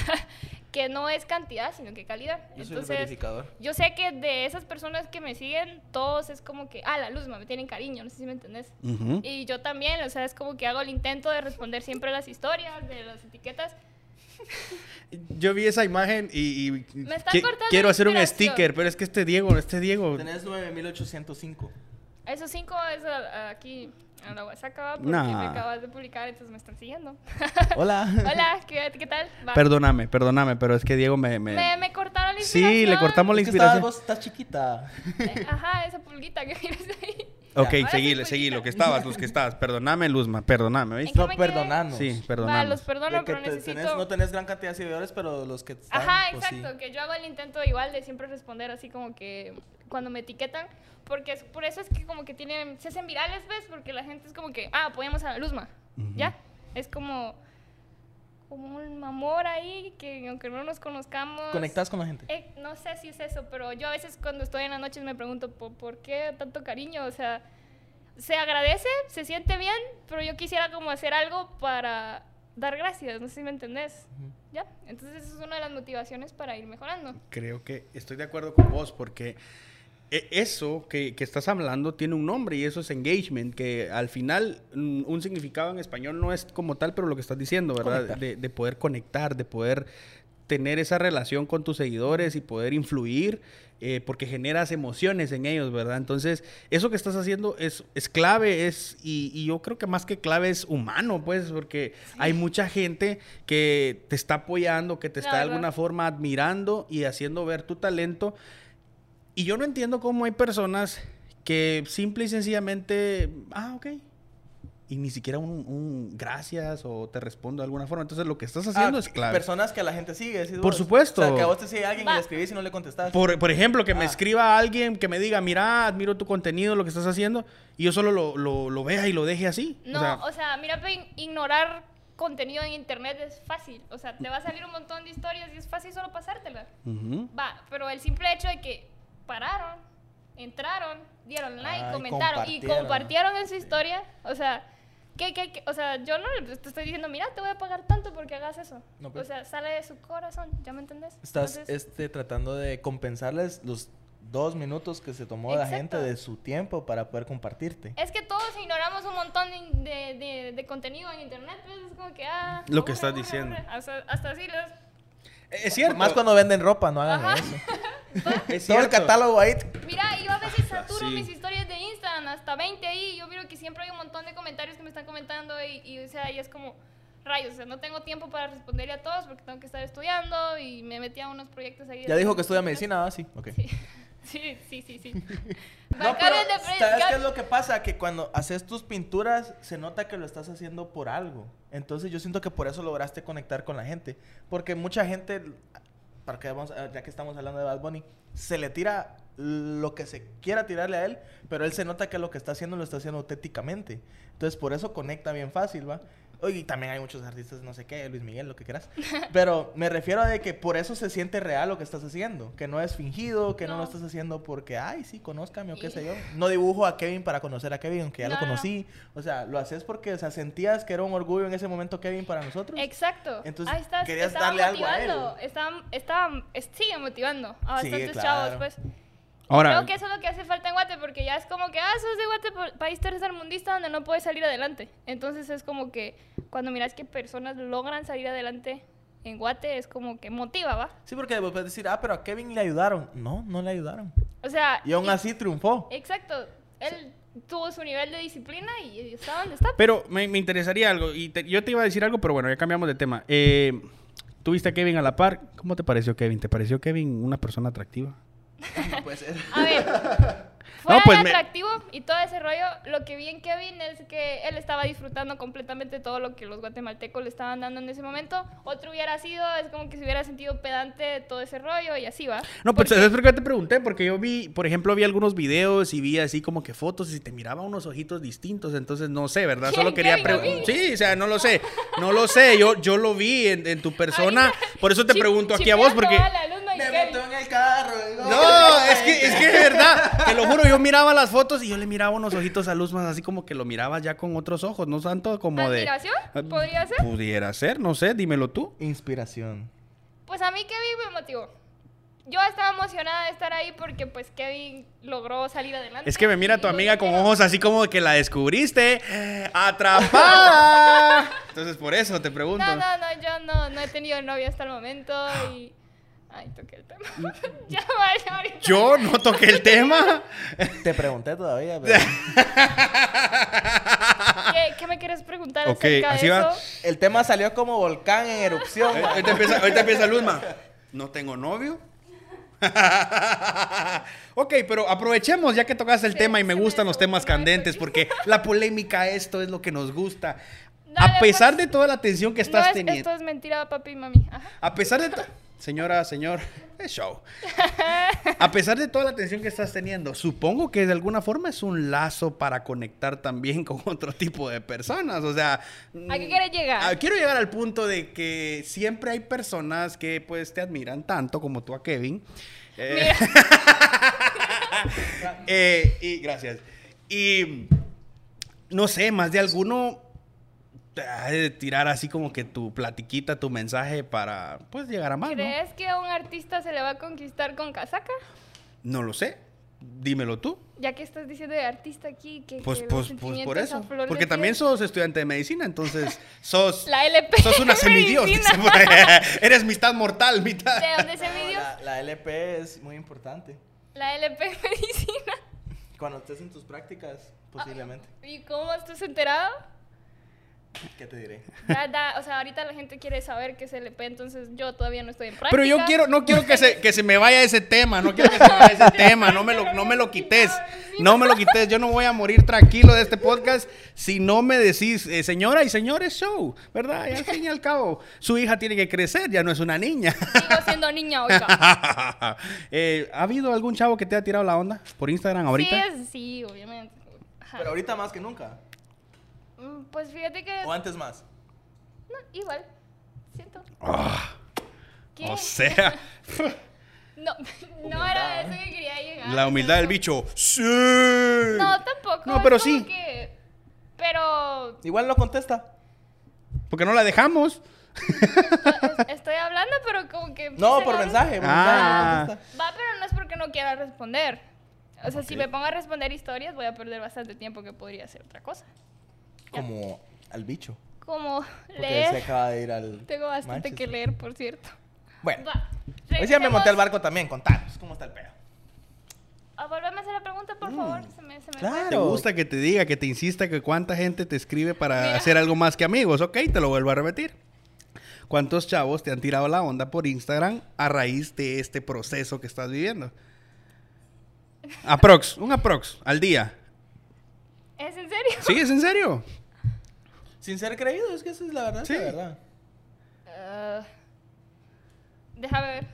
Speaker 3: que no es cantidad, sino que calidad.
Speaker 2: Yo soy el
Speaker 3: Entonces,
Speaker 2: verificador.
Speaker 3: yo sé que de esas personas que me siguen, todos es como que, ah, la luz, me tienen cariño, no sé si me entendés.
Speaker 1: Ujú.
Speaker 3: Y yo también, o sea, es como que hago el intento de responder siempre las historias, de las etiquetas.
Speaker 1: Yo vi esa imagen y, y
Speaker 3: Me están
Speaker 1: qui-
Speaker 3: cortando
Speaker 1: quiero hacer un
Speaker 3: inspiración.
Speaker 1: sticker, pero es que este Diego, este Diego,
Speaker 2: Tenés 9805.
Speaker 3: Esos cinco es a- aquí a la WhatsApp, ¿va? porque
Speaker 1: Nah.
Speaker 3: me acabas de publicar, entonces me están siguiendo.
Speaker 2: Hola.
Speaker 3: Hola, ¿qué, qué tal? Va.
Speaker 1: perdóname, perdóname, pero es que Diego me- me-
Speaker 3: Me, me cortaron la
Speaker 1: Sí,
Speaker 3: inspiración.
Speaker 1: le cortamos la
Speaker 2: Es que estabas-
Speaker 1: inspiración.
Speaker 2: vos estás chiquita.
Speaker 3: Eh, Ajá, esa pulguita que tienes ahí.
Speaker 1: Ok,
Speaker 3: Ahora sí,
Speaker 1: seguí,
Speaker 3: Julita.
Speaker 1: seguí lo que estabas, los que estabas. Perdóname, Luzma, perdóname, ¿viste?
Speaker 3: ¿En
Speaker 2: No,
Speaker 3: me quedé?
Speaker 2: perdonanos.
Speaker 1: Sí,
Speaker 3: Va,
Speaker 1: perdóname.
Speaker 3: los
Speaker 2: De
Speaker 3: perdono,
Speaker 2: que
Speaker 3: pero
Speaker 2: te-
Speaker 3: necesito...
Speaker 2: tenés- no tenés gran cantidad de seguidores, pero los que están,
Speaker 3: Ajá,
Speaker 2: pues,
Speaker 3: exacto, que yo hago el intento igual de siempre responder así como que cuando me etiquetan, porque es- por eso es que como que tienen, se hacen virales, ¿ves? Porque la gente es como que, ah, apoyamos a la Luzma, ¿ya? Es como, como un amor ahí, que aunque no nos conozcamos...
Speaker 2: Conectás con la gente.
Speaker 3: Eh, no sé si es eso, pero yo a veces cuando estoy en las noches me pregunto, "¿Po- ¿por qué tanto cariño? O sea, se agradece, se siente bien, pero yo quisiera como hacer algo para dar gracias, no sé si me entendés. Ya, entonces eso es una de las motivaciones para ir mejorando.
Speaker 1: Creo que estoy de acuerdo con vos porque e- eso que, que estás hablando tiene un nombre y eso es engagement, que al final mm, un significado en español no es como tal, pero lo que estás diciendo, ¿verdad?
Speaker 2: Conectar.
Speaker 1: De, de poder conectar, de poder tener esa relación con tus seguidores y poder influir eh, porque generas emociones en ellos, ¿verdad? Entonces, eso que estás haciendo es, es clave, es, y, y yo creo que más que clave es humano, pues, porque hay mucha gente que te está apoyando, que te
Speaker 3: La
Speaker 1: está de
Speaker 3: verdad.
Speaker 1: alguna forma admirando y haciendo ver tu talento. Y yo no entiendo cómo hay personas que simple y sencillamente, ah, ok. Y ni siquiera un, un gracias o te respondo de alguna forma. Entonces lo que estás haciendo
Speaker 2: Ah,
Speaker 1: es clave.
Speaker 2: Personas que la gente sigue. decís
Speaker 1: Por
Speaker 2: vos.
Speaker 1: supuesto.
Speaker 2: O sea, que a vos te sigue alguien y
Speaker 3: Va.
Speaker 2: le escribís y no le contestás.
Speaker 1: Por, por ejemplo, que me
Speaker 2: Ah.
Speaker 1: escriba alguien que me diga, mira, admiro tu contenido, lo que estás haciendo, y yo solo lo, lo, lo vea y lo deje así.
Speaker 3: No,
Speaker 1: o sea,
Speaker 3: mira, pe- ignorar contenido en internet es fácil. O sea, te va a salir un montón de historias y es fácil solo pasártela.
Speaker 1: ujú.
Speaker 3: Va, pero el simple hecho de que pararon, entraron, dieron like,
Speaker 2: Ah, y
Speaker 3: comentaron y
Speaker 2: compartieron.
Speaker 3: compartieron en su historia, o sea, ¿qué, qué, qué? O sea, yo no le- te estoy diciendo, mira, te voy a pagar tanto porque hagas eso.
Speaker 2: No, pero-
Speaker 3: O sea, sale de su corazón, ¿ya me entendés?
Speaker 2: Estás
Speaker 3: Entonces,
Speaker 2: este, tratando de compensarles los dos minutos que se tomó la gente
Speaker 3: Exacto.
Speaker 2: de su tiempo para poder compartirte.
Speaker 3: es que todos ignoramos un montón de, de- de- de contenido en internet, pues es como que, ah...
Speaker 1: Lo que
Speaker 3: aburre,
Speaker 1: estás
Speaker 3: aburre,
Speaker 1: diciendo.
Speaker 3: aburre. Hasta, hasta así les...
Speaker 1: Es cierto.
Speaker 2: Más cuando venden ropa, no hagan
Speaker 3: Eh, Ajá.
Speaker 2: eso.
Speaker 1: es
Speaker 2: Todo el
Speaker 1: cierto.
Speaker 2: catálogo ahí.
Speaker 3: Mira, y yo a veces
Speaker 2: Ah,
Speaker 3: saturo
Speaker 1: Sí.
Speaker 3: mis historias de Instagram, hasta 20 ahí. y Yo miro que siempre hay un montón de comentarios que me están comentando y, y, o sea, y es como rayos, o sea, no tengo tiempo para responderle a todos porque tengo que estar estudiando y me metí a unos proyectos ahí. de-
Speaker 2: Ya dijo que estudia medicina, ¿ah? Sí. Ok.
Speaker 3: Sí, sí, sí, sí. sí.
Speaker 2: No,
Speaker 3: Bancarios
Speaker 2: pero,
Speaker 3: de Fred-
Speaker 2: ¿sabes qué
Speaker 3: Gar-
Speaker 2: es lo que pasa? Que cuando haces tus pinturas, se nota que lo estás haciendo por algo. Entonces, yo siento que por eso lograste conectar con la gente. Porque mucha gente, para que vamos a- ya que estamos hablando de Bad Bunny, se le tira lo que se quiera tirarle a él, pero él se nota que lo que está haciendo lo está haciendo auténticamente. Entonces, por eso conecta bien fácil, ¿va? Oye, Y también hay muchos artistas, no sé qué, Luis Miguel, lo que quieras. Pero me refiero a de que por eso se siente real lo que estás haciendo. Que no es fingido, que no,
Speaker 3: No.
Speaker 2: lo estás haciendo porque, ay, sí, conózcame o qué
Speaker 3: Y-
Speaker 2: sé yo. No dibujo a Kevin para conocer a Kevin, aunque ya lo
Speaker 3: No, no, no.
Speaker 2: conocí. O sea, lo haces porque, o sea, sentías que era un orgullo en ese momento Kevin para nosotros.
Speaker 3: Exacto.
Speaker 2: Entonces,
Speaker 3: Ahí estás,
Speaker 2: querías
Speaker 3: estaba
Speaker 2: darle algo a él.
Speaker 3: motivando, Estaban, estaban, es- siguen motivando a
Speaker 2: Sí,
Speaker 3: bastantes chavos,
Speaker 2: claro.
Speaker 3: pues.
Speaker 1: Ahora,
Speaker 3: Creo que eso es lo que hace falta en Guate, porque ya es como que, ah, sos de Guate, pa- país tercermundista donde no puedes salir adelante. Entonces es como que cuando miras que personas logran salir adelante en Guate, es como que motiva, ¿va?
Speaker 2: Sí, porque después puedes decir, ah, pero a Kevin le ayudaron. No, no le ayudaron.
Speaker 3: O sea...
Speaker 2: Y aún
Speaker 3: y-
Speaker 2: así triunfó.
Speaker 3: Exacto. Él tuvo su nivel de disciplina y y está donde está.
Speaker 1: pero me, me interesaría algo, y te- yo te iba a decir algo, pero bueno, ya cambiamos de tema. Eh, Tuviste a Kevin a la par. ¿Cómo te pareció Kevin? ¿Te pareció Kevin una persona atractiva?
Speaker 2: Pues,
Speaker 3: A ver, fuera
Speaker 1: pues,
Speaker 3: de
Speaker 1: me-
Speaker 3: atractivo y todo ese rollo, lo que vi en Kevin es que él estaba disfrutando completamente todo lo que los guatemaltecos le estaban dando en ese momento. Otro hubiera sido, es como que se hubiera sentido pedante de todo ese rollo y así va.
Speaker 1: No, pues
Speaker 3: Porque-
Speaker 1: es porque te pregunté, porque yo vi, por ejemplo, vi algunos videos y vi así como que fotos y te miraba unos ojitos distintos, entonces no sé, ¿verdad?
Speaker 3: ¿Quién?
Speaker 1: Solo quería
Speaker 3: ¿Kevin
Speaker 1: preguntar.
Speaker 3: O'Neill?
Speaker 1: Sí, o sea, no lo sé, no lo sé, yo, yo lo vi en, en tu persona, por eso te
Speaker 3: Chip-
Speaker 1: pregunto aquí a vos,
Speaker 3: chipeando
Speaker 1: porque...
Speaker 3: a la alumna y
Speaker 2: me
Speaker 3: Kevin.
Speaker 2: montó en el carro.
Speaker 1: No, es que, es que de verdad, te lo juro, yo miraba las fotos y yo le miraba unos ojitos a Luz más así como que lo miraba ya con otros ojos, no tanto como de... Ah.
Speaker 3: ¿Admiración? ¿Podría ser?
Speaker 1: Pudiera ser, no sé, dímelo tú.
Speaker 2: Inspiración.
Speaker 3: Pues a mí Kevin me motivó. Yo estaba emocionada de estar ahí porque pues Kevin logró salir adelante.
Speaker 1: Es que me mira tu
Speaker 3: Y lo
Speaker 1: amiga con
Speaker 3: logró.
Speaker 1: ojos así como que la descubriste. eh, ¡Atrapada! Entonces, por eso te pregunto.
Speaker 3: No, no, no, yo no, no he tenido novia hasta el momento y... Ay, toqué el tema. ya vale, ahorita.
Speaker 1: Mm. Yo no toqué el tema.
Speaker 2: Te pregunté todavía, pero...
Speaker 3: ¿Qué, qué me quieres preguntar
Speaker 1: Ok,
Speaker 3: acerca
Speaker 1: así
Speaker 3: de
Speaker 1: va.
Speaker 3: eso?
Speaker 2: El tema salió como volcán en erupción.
Speaker 1: Eh,
Speaker 2: ma.
Speaker 1: Ahorita empieza, ahorita empieza Luzma. No tengo novio. ok, pero aprovechemos ya que tocaste el
Speaker 3: Sí,
Speaker 1: tema y me
Speaker 3: se me
Speaker 1: gustan los temas
Speaker 3: ocurrió,
Speaker 1: candentes
Speaker 3: sí.
Speaker 1: porque la polémica, esto es lo que nos gusta.
Speaker 3: Dale,
Speaker 1: a pesar
Speaker 3: pues.
Speaker 1: de toda la atención que estás
Speaker 3: no, es-
Speaker 1: teniendo.
Speaker 3: esto es mentira, papi y mami. Ajá.
Speaker 1: A pesar de... to- Señora, señor, es show. A pesar de toda la atención que estás teniendo, supongo que de alguna forma es un lazo para conectar también con otro tipo de personas. O sea...
Speaker 3: ¿A qué quieres llegar?
Speaker 1: Ah, quiero llegar al punto de que siempre hay personas que pues te admiran tanto como tú a Kevin. Eh, eh, y gracias. Y no sé, más de alguno te ha de tirar así como que tu platiquita, tu mensaje para pues llegar a más, ¿no?
Speaker 3: ¿Crees que a un artista se le va a conquistar con casaca?
Speaker 1: No lo sé. Dímelo tú.
Speaker 3: Ya que estás diciendo de artista aquí, que.
Speaker 1: Pues,
Speaker 3: que los
Speaker 1: pues, pues por
Speaker 3: sentimientos a
Speaker 1: eso.
Speaker 3: flor de
Speaker 1: Porque
Speaker 3: piel.
Speaker 1: también sos estudiante de medicina, entonces sos.
Speaker 3: La LP.
Speaker 1: Sos una semidios.
Speaker 3: Medicina.
Speaker 1: dice por ahí. Eres mitad mortal, mitad.
Speaker 3: ¿De dónde se midió?
Speaker 2: La, la LP es muy importante.
Speaker 3: La LP Medicina.
Speaker 2: Cuando estés en tus prácticas, posiblemente.
Speaker 3: ¿Y cómo estás enterado?
Speaker 2: ¿Qué te diré?
Speaker 3: Da- da- o sea, ahorita la gente quiere saber qué es LP, entonces yo todavía no estoy en práctica.
Speaker 1: Pero yo quiero, no quiero que se, que se me vaya ese tema, no quiero que se me vaya ese tema, no me, lo, no me lo quites, no me lo quites, yo no voy a morir tranquilo de este podcast si no me decís, eh, señora y señores, show, ¿verdad? Y al fin y al cabo, su hija tiene que crecer, ya no es una niña.
Speaker 3: Sigo siendo niña, oiga.
Speaker 1: Eh, ¿Ha habido algún chavo que te ha tirado la onda por Instagram ahorita?
Speaker 3: Sí, es- sí, obviamente. Ajá.
Speaker 2: Pero ahorita más que nunca.
Speaker 3: Mm, Pues fíjate que.
Speaker 2: O antes más.
Speaker 3: No, igual. Siento.
Speaker 1: Ah,
Speaker 3: ¿Qué?
Speaker 1: o sea,
Speaker 3: No, no
Speaker 2: Humildad,
Speaker 3: era eso que quería llegar.
Speaker 1: la humildad del
Speaker 3: bicho
Speaker 1: bicho. Sí.
Speaker 3: No, tampoco.
Speaker 1: No,
Speaker 3: es
Speaker 1: pero
Speaker 3: como
Speaker 1: sí.
Speaker 3: que- Pero
Speaker 2: Igual no contesta.
Speaker 1: Porque no la dejamos.
Speaker 3: es- estoy hablando, pero como que...
Speaker 2: No,
Speaker 3: se
Speaker 2: por
Speaker 3: agarra-
Speaker 2: mensaje. Por
Speaker 1: Ah.
Speaker 2: mensaje no contesta.
Speaker 3: Va, pero no es porque no quiera responder. O sea, si me pongo a responder historias, voy a perder bastante tiempo que podría hacer otra cosa.
Speaker 2: Como al bicho.
Speaker 3: Como
Speaker 2: Porque él se
Speaker 3: leer.
Speaker 2: acaba de ir al.
Speaker 3: Tengo bastante que
Speaker 2: Manchester.
Speaker 3: leer, por cierto.
Speaker 2: Bueno.
Speaker 3: Va.
Speaker 2: Hoy ya me
Speaker 3: regresemos-
Speaker 2: monté al barco también. Contanos cómo está el pedo.
Speaker 3: Ah, volveme a hacer la pregunta, por favor. Se me, se me
Speaker 2: Mm, Claro.
Speaker 3: fue.
Speaker 1: ¿Te gusta que te diga, que te insista que cuánta gente te escribe para
Speaker 3: Mira.
Speaker 1: hacer algo más que amigos? Ok, te lo vuelvo a repetir. ¿Cuántos chavos te han tirado la onda por Instagram a raíz de este proceso que estás viviendo? Aprox, un aprox al día.
Speaker 3: ¿Es en serio?
Speaker 1: ¿Sí? ¿Es en serio?
Speaker 2: Sin ser creído, es que esa es la verdad.
Speaker 1: Sí.
Speaker 2: la verdad.
Speaker 3: Ah, déjame ver. Ah.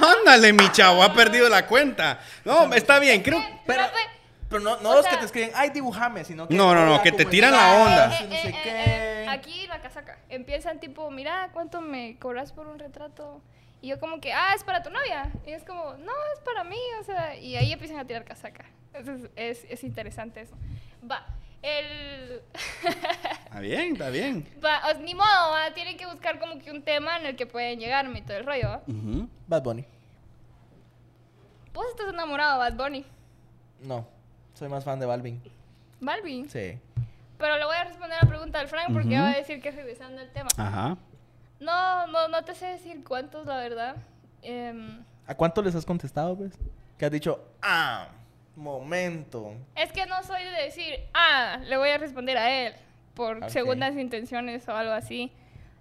Speaker 2: Va.
Speaker 1: Ándale, mi chavo, ha perdido la cuenta. No, está bien, creo.
Speaker 2: Pero,
Speaker 3: Espérate.
Speaker 2: pero no, no
Speaker 3: O
Speaker 2: los
Speaker 3: sea-
Speaker 2: que te escriben, ay, dibujame, sino que.
Speaker 1: No, no, no,
Speaker 2: "Hola,
Speaker 1: que te
Speaker 2: ¿cómo
Speaker 1: tiran la
Speaker 2: estás?",
Speaker 1: onda.
Speaker 2: y no sé qué.
Speaker 3: Ah, eh, aquí la casaca. Empiezan tipo, mira, ¿cuánto me cobras por un retrato? Y yo como que, ah, es para tu novia. Y es como, no, es para mí. O sea, y ahí empiezan a tirar casaca. Entonces, es, es interesante eso. Va, el...
Speaker 1: Está bien, está bien.
Speaker 3: va, o- ni modo, va, tienen que buscar como que un tema en el que pueden llegarme y todo el rollo. ¿va?
Speaker 1: Ujú.
Speaker 2: Bad Bunny.
Speaker 3: Vos estás enamorado, Bad Bunny.
Speaker 2: No, soy más fan de Balvin.
Speaker 3: Balvin.
Speaker 2: Sí.
Speaker 3: Pero le voy a responder la pregunta al Frank porque
Speaker 1: Ujú.
Speaker 3: va a decir que regresando al tema.
Speaker 1: Ajá.
Speaker 3: No, no, no te sé decir cuántos, la verdad. Em,
Speaker 2: ¿A cuánto les has contestado, pues? Que has dicho, ah, momento.
Speaker 3: Es que no soy de decir, ah, le voy a responder a él por
Speaker 2: Ok.
Speaker 3: segundas intenciones o algo así.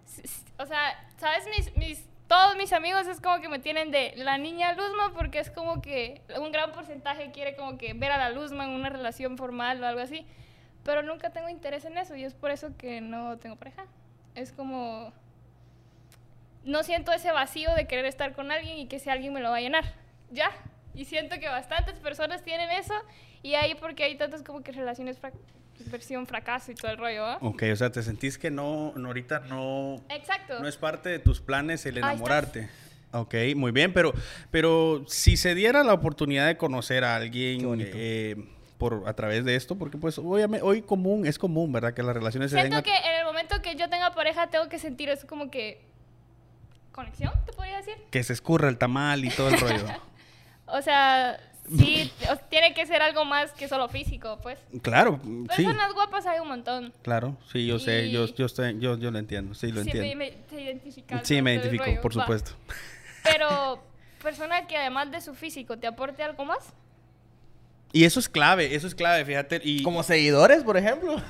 Speaker 3: S- s- O sea, ¿sabes? Mis, mis, todos mis amigos es como que me tienen de la niña Luzma porque es como que un gran porcentaje quiere como que ver a la Luzma en una relación formal o algo así. Pero nunca tengo interés en eso y es por eso que no tengo pareja. Es como... No siento ese vacío de querer estar con alguien y que ese alguien me lo va a llenar. Ya. Y siento que bastantes personas tienen eso y ahí porque hay tantas como que relaciones frac- versión fracaso y todo el rollo, ¿ah?
Speaker 1: Ok, o sea, te sentís que no, no, ahorita no,
Speaker 3: Exacto.
Speaker 1: No es parte de tus planes el
Speaker 3: estás.
Speaker 1: enamorarte. Ok, muy bien, pero, pero si se diera la oportunidad de conocer a
Speaker 2: Qué
Speaker 1: alguien
Speaker 2: bonito.
Speaker 1: eh, por, a través de esto, porque pues obviamente hoy común, es común, ¿verdad? Que las relaciones se den
Speaker 3: Siento
Speaker 1: a-
Speaker 3: que en el momento que yo tenga pareja tengo que sentir eso como que conexión, te podría decir.
Speaker 1: que se escurra el tamal y todo el rollo.
Speaker 3: O sea, sí, o- tiene que ser algo más que solo físico, pues.
Speaker 1: Claro, sí.
Speaker 3: Personas guapas hay un montón.
Speaker 1: Claro, sí, yo sé, yo,
Speaker 3: Y-
Speaker 1: yo, estoy- yo, yo lo entiendo, sí, lo
Speaker 3: sí,
Speaker 1: entiendo.
Speaker 3: me, te identificas.
Speaker 1: sí,
Speaker 3: ¿no?
Speaker 1: me
Speaker 3: Todo el
Speaker 1: identifico,
Speaker 3: rollo,
Speaker 1: por
Speaker 3: va.
Speaker 1: supuesto.
Speaker 3: Pero persona que además de su físico te aporte algo más.
Speaker 1: Y eso es clave, eso es clave, fíjate. Y
Speaker 2: Como seguidores, por ejemplo.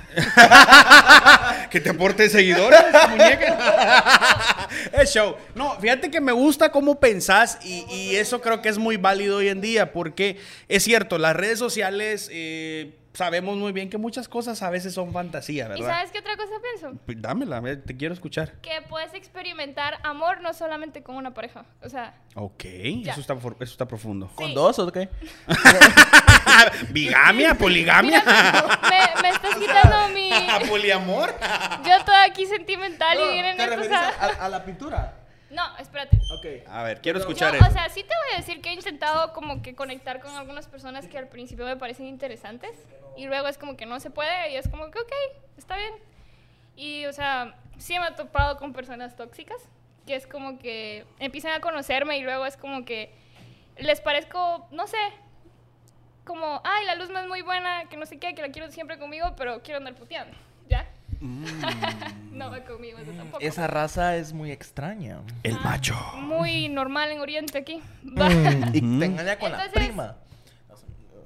Speaker 1: que te aporte seguidores, muñeca. es show. No, fíjate que me gusta cómo pensás y, y eso creo que es muy válido hoy en día porque es cierto, las redes sociales eh, sabemos muy bien que muchas cosas a veces son fantasía,
Speaker 3: ¿Y
Speaker 1: ¿verdad?
Speaker 3: sabes qué otra cosa pienso?
Speaker 1: Pues Dámela, ve, te quiero escuchar.
Speaker 3: Que puedes experimentar amor no solamente con una pareja. O sea,
Speaker 1: Ok,
Speaker 3: Ya.
Speaker 1: eso está, for- eso está profundo.
Speaker 2: ¿Con dos o qué?
Speaker 1: ¿Bigamia?
Speaker 3: Mira,
Speaker 1: ¿Poligamia?
Speaker 3: me, me estás quitando mi.
Speaker 1: ¿Poliamor?
Speaker 3: Yo toda aquí sentimental y
Speaker 2: No,
Speaker 3: vienen
Speaker 2: ¿Te
Speaker 3: estos
Speaker 2: refieres
Speaker 3: a.
Speaker 2: a, a la pintura?
Speaker 3: No, espérate.
Speaker 2: Ok.
Speaker 1: A ver, quiero
Speaker 3: Yo,
Speaker 1: escuchar eso.
Speaker 3: o sea, sí te voy a decir que he intentado como que conectar con algunas personas que al principio me parecen interesantes y luego es como que no se puede y es como que ok, está bien. Y, o sea, sí me he topado con personas tóxicas, que es como que empiezan a conocerme y luego es como que les parezco, no sé, como, ay, la luz no es muy buena, que no sé qué, que la quiero siempre conmigo, pero quiero andar puteando, ¿ya?
Speaker 1: Mm.
Speaker 3: no va conmigo, eso tampoco.
Speaker 2: Esa raza es muy extraña.
Speaker 1: El macho.
Speaker 3: Muy normal en Oriente aquí. Va.
Speaker 2: Y te engaña con la
Speaker 3: Entonces-
Speaker 2: prima.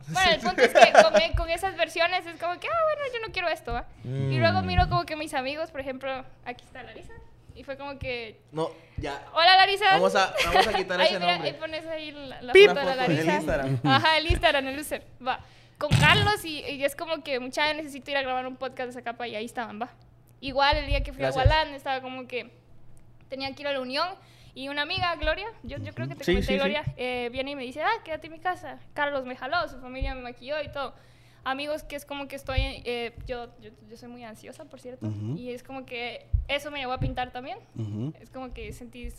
Speaker 3: Bueno, el punto es que con, e, con esas versiones es como que, ah, bueno, yo no quiero esto, ¿va? Y luego miro como que mis amigos, por ejemplo, aquí está Larisa. Y fue como que,
Speaker 2: No, ya.
Speaker 3: hola Larisa.
Speaker 2: Vamos a, vamos a quitar
Speaker 3: ahí,
Speaker 2: ese
Speaker 3: mira,
Speaker 2: nombre.
Speaker 3: ahí pones ahí la, la
Speaker 2: Pip.
Speaker 3: foto de
Speaker 2: Una
Speaker 3: la
Speaker 2: foto en el
Speaker 3: Larisa.
Speaker 2: Instagram.
Speaker 3: Ajá, el Instagram, el user. Va. Con Carlos y, y es como que mucha necesito ir a grabar un podcast de esa capa y ahí estaban, va. Igual el día que fui
Speaker 2: Gracias.
Speaker 3: a Gualán estaba como que tenía que ir a la unión y una amiga, Gloria, yo, yo creo que te
Speaker 1: Sí,
Speaker 3: comenté,
Speaker 1: sí, sí.
Speaker 3: Gloria, eh, viene y me dice, ah, quédate en mi casa. Carlos me jaló, su familia me maquilló y todo. Amigos que es como que estoy, eh, yo, yo, yo soy muy ansiosa, por cierto,
Speaker 1: Ujú.
Speaker 3: y es como que eso me llevó a pintar también.
Speaker 1: Ujú.
Speaker 3: Es como que sentís...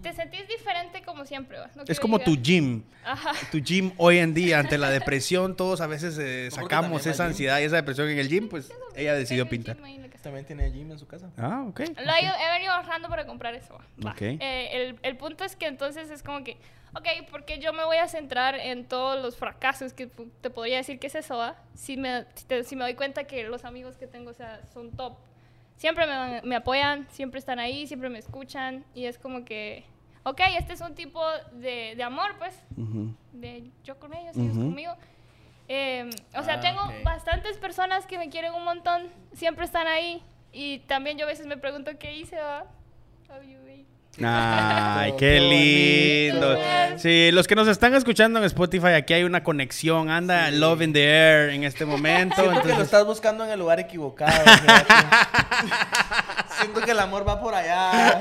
Speaker 3: Te sentís diferente como siempre. ¿va? No
Speaker 1: Es
Speaker 3: quiero
Speaker 1: como tu
Speaker 3: llegar-
Speaker 1: gym.
Speaker 3: Ajá.
Speaker 1: Tu gym hoy en día, ante la depresión, todos a veces eh,
Speaker 2: No, porque
Speaker 1: sacamos
Speaker 2: también va
Speaker 1: esa
Speaker 2: al gym.
Speaker 1: ansiedad y esa depresión en el gym, pues ella decidió
Speaker 3: Tengo un
Speaker 1: pintar.
Speaker 3: chisme ahí en la casa.
Speaker 2: También tiene gym en su casa.
Speaker 1: Ah, ok.
Speaker 3: Lo he, ido- he venido ahorrando para comprar eso. va. Va.
Speaker 1: Ok.
Speaker 3: Eh, el, el punto es que entonces es como que, ok, porque yo me voy a centrar en todos los fracasos que pu- te podría decir que es eso, va? Si me, si, te- si me doy cuenta que los amigos que tengo o sea, son top. Siempre me, van- me apoyan, siempre están ahí, siempre me escuchan y es como que, ok, este es un tipo de, de amor, pues,
Speaker 1: Ujú.
Speaker 3: de yo con ellos, ellos
Speaker 1: Ujú.
Speaker 3: conmigo. Eh, o sea,
Speaker 2: Ah,
Speaker 3: tengo
Speaker 2: ok.
Speaker 3: bastantes personas que me quieren un montón, siempre están ahí. Y también yo a veces me pregunto qué hice, ¿va? How you been?
Speaker 1: Ay,
Speaker 2: Qué
Speaker 1: qué
Speaker 2: bonito.
Speaker 1: lindo. Sí, los que nos están escuchando en Spotify, aquí hay una conexión. Anda Love in the Air en este momento.
Speaker 2: Siento que lo
Speaker 1: entonces-
Speaker 2: estás buscando en el lugar equivocado. Gerardo. Siento que el amor va por allá.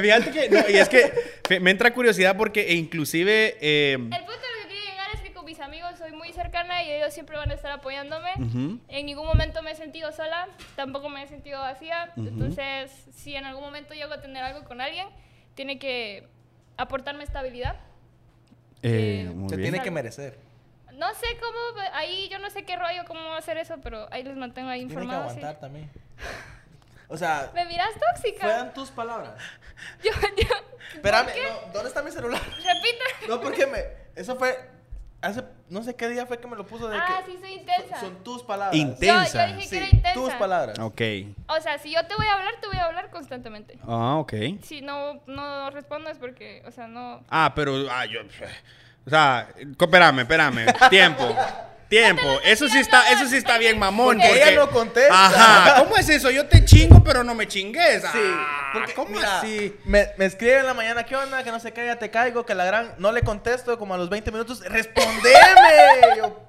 Speaker 1: Fíjate que, no, y es que fe- me entra curiosidad porque e inclusive... eh,
Speaker 3: El punto a lo que quería llegar es que con mis amigos soy muy cercana y ellos siempre van a estar apoyándome.
Speaker 1: Ujú.
Speaker 3: En ningún momento me he sentido sola, tampoco me he sentido vacía.
Speaker 1: Ujú.
Speaker 3: Entonces, si en algún momento llego a tener algo con alguien, tiene que aportarme estabilidad.
Speaker 1: eh, muy
Speaker 2: Se
Speaker 1: bien.
Speaker 2: tiene que merecer.
Speaker 3: No sé cómo, ahí yo no sé qué rollo, cómo hacer eso, pero ahí les mantengo ahí
Speaker 2: Tiene que
Speaker 3: informados. sí.
Speaker 2: aguantar también. O sea,
Speaker 3: Me miras tóxica.
Speaker 2: fueran tus palabras.
Speaker 3: Yo, yo.
Speaker 2: Espérame,
Speaker 3: ¿por qué?
Speaker 2: no, ¿dónde está mi celular?
Speaker 3: Repita.
Speaker 2: No, porque me. Eso fue. Hace. No sé qué día fue que me lo puso. De
Speaker 3: Ah,
Speaker 2: que
Speaker 3: sí, soy intensa.
Speaker 2: Son, son tus palabras.
Speaker 1: Intensa.
Speaker 3: Yo, yo dije
Speaker 2: Sí,
Speaker 3: que era intensa.
Speaker 2: tus palabras.
Speaker 1: Ok.
Speaker 3: O sea, si yo te voy a hablar, te voy a hablar constantemente.
Speaker 1: Ah, ok.
Speaker 3: Si no, no respondes porque, o sea, no.
Speaker 1: Ah, pero... ah, yo- o sea, co- espérame, espérame. Tiempo. Tiempo. Eso sí está, eso sí está bien mamón.
Speaker 2: Porque ella no contesta.
Speaker 1: Ajá. ¿Cómo es eso? Yo te chingo, pero no me chingues.
Speaker 2: Sí,
Speaker 1: Ah,
Speaker 2: porque,
Speaker 1: ¿Cómo
Speaker 2: mira,
Speaker 1: así?
Speaker 2: Me, me escribe en la mañana, ¿qué onda? Que no sé qué, ya te caigo, que la gran. No le contesto como a los 20 minutos. ¡Respondeme! Yo,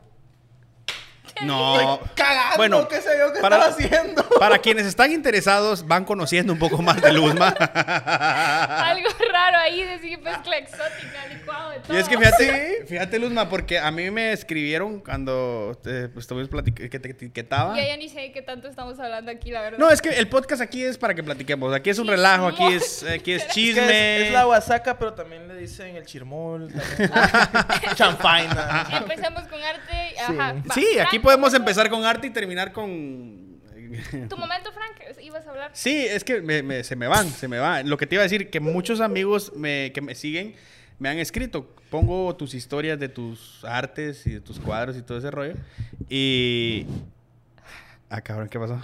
Speaker 1: No.
Speaker 2: cagando,
Speaker 1: Bueno,
Speaker 2: qué sé yo, qué
Speaker 1: para-
Speaker 2: estaba haciendo.
Speaker 1: Para quienes están interesados, van conociendo un poco más de Luzma.
Speaker 3: Algo raro ahí, de sí, mezcla exótica, licuado de todo.
Speaker 1: Y es que fíjate, fíjate Luzma, porque a mí me escribieron cuando eh, pues, estuvimos platic- que te etiquetaba.
Speaker 3: Yo ya ni sé de qué tanto estamos hablando aquí, la verdad.
Speaker 1: No, es que el podcast aquí es para que platiquemos. Aquí es un relajo, aquí es, aquí es
Speaker 2: Es,
Speaker 1: chisme.
Speaker 2: que es- es la guasaca, pero también le dicen el chirmol. también- Champaina.
Speaker 3: Empezamos con arte. Ajá. va.
Speaker 1: Sí, aquí
Speaker 3: Frank,
Speaker 1: podemos em- empezar con arte y terminar con.
Speaker 3: Tu momento, Frank, ibas a hablar.
Speaker 1: Sí, es que me- me- se me van, se me van. Lo que te iba a decir, que muchos amigos me- que me siguen me han escrito. Pongo tus historias de tus artes y de tus cuadros y todo ese rollo. Y. Ah, cabrón, ¿qué pasó?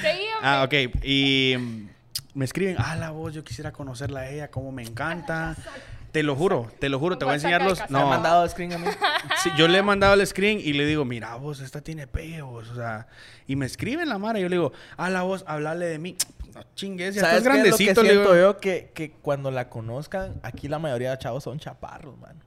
Speaker 3: Seguí, hombre.
Speaker 1: Ah, ok. Y mm, me escriben, ah, la voz, yo quisiera conocerla a ella, cómo me encanta. Te lo juro, te lo juro, te voy a enseñar los.
Speaker 2: Me han
Speaker 1: No,
Speaker 2: mandado screen a mí.
Speaker 1: Sí, yo le he mandado el screen y le digo, mira vos, esta tiene peos, o sea, y me escriben la mara y yo le digo, a la voz, hablale de mí, Pues, no chingues, ya
Speaker 2: ¿Sabes
Speaker 1: estás
Speaker 2: qué es
Speaker 1: grandecito,
Speaker 2: lo que
Speaker 1: le digo.
Speaker 2: siento yo? Que, que cuando la conozcan, aquí la mayoría de chavos son chaparros, man.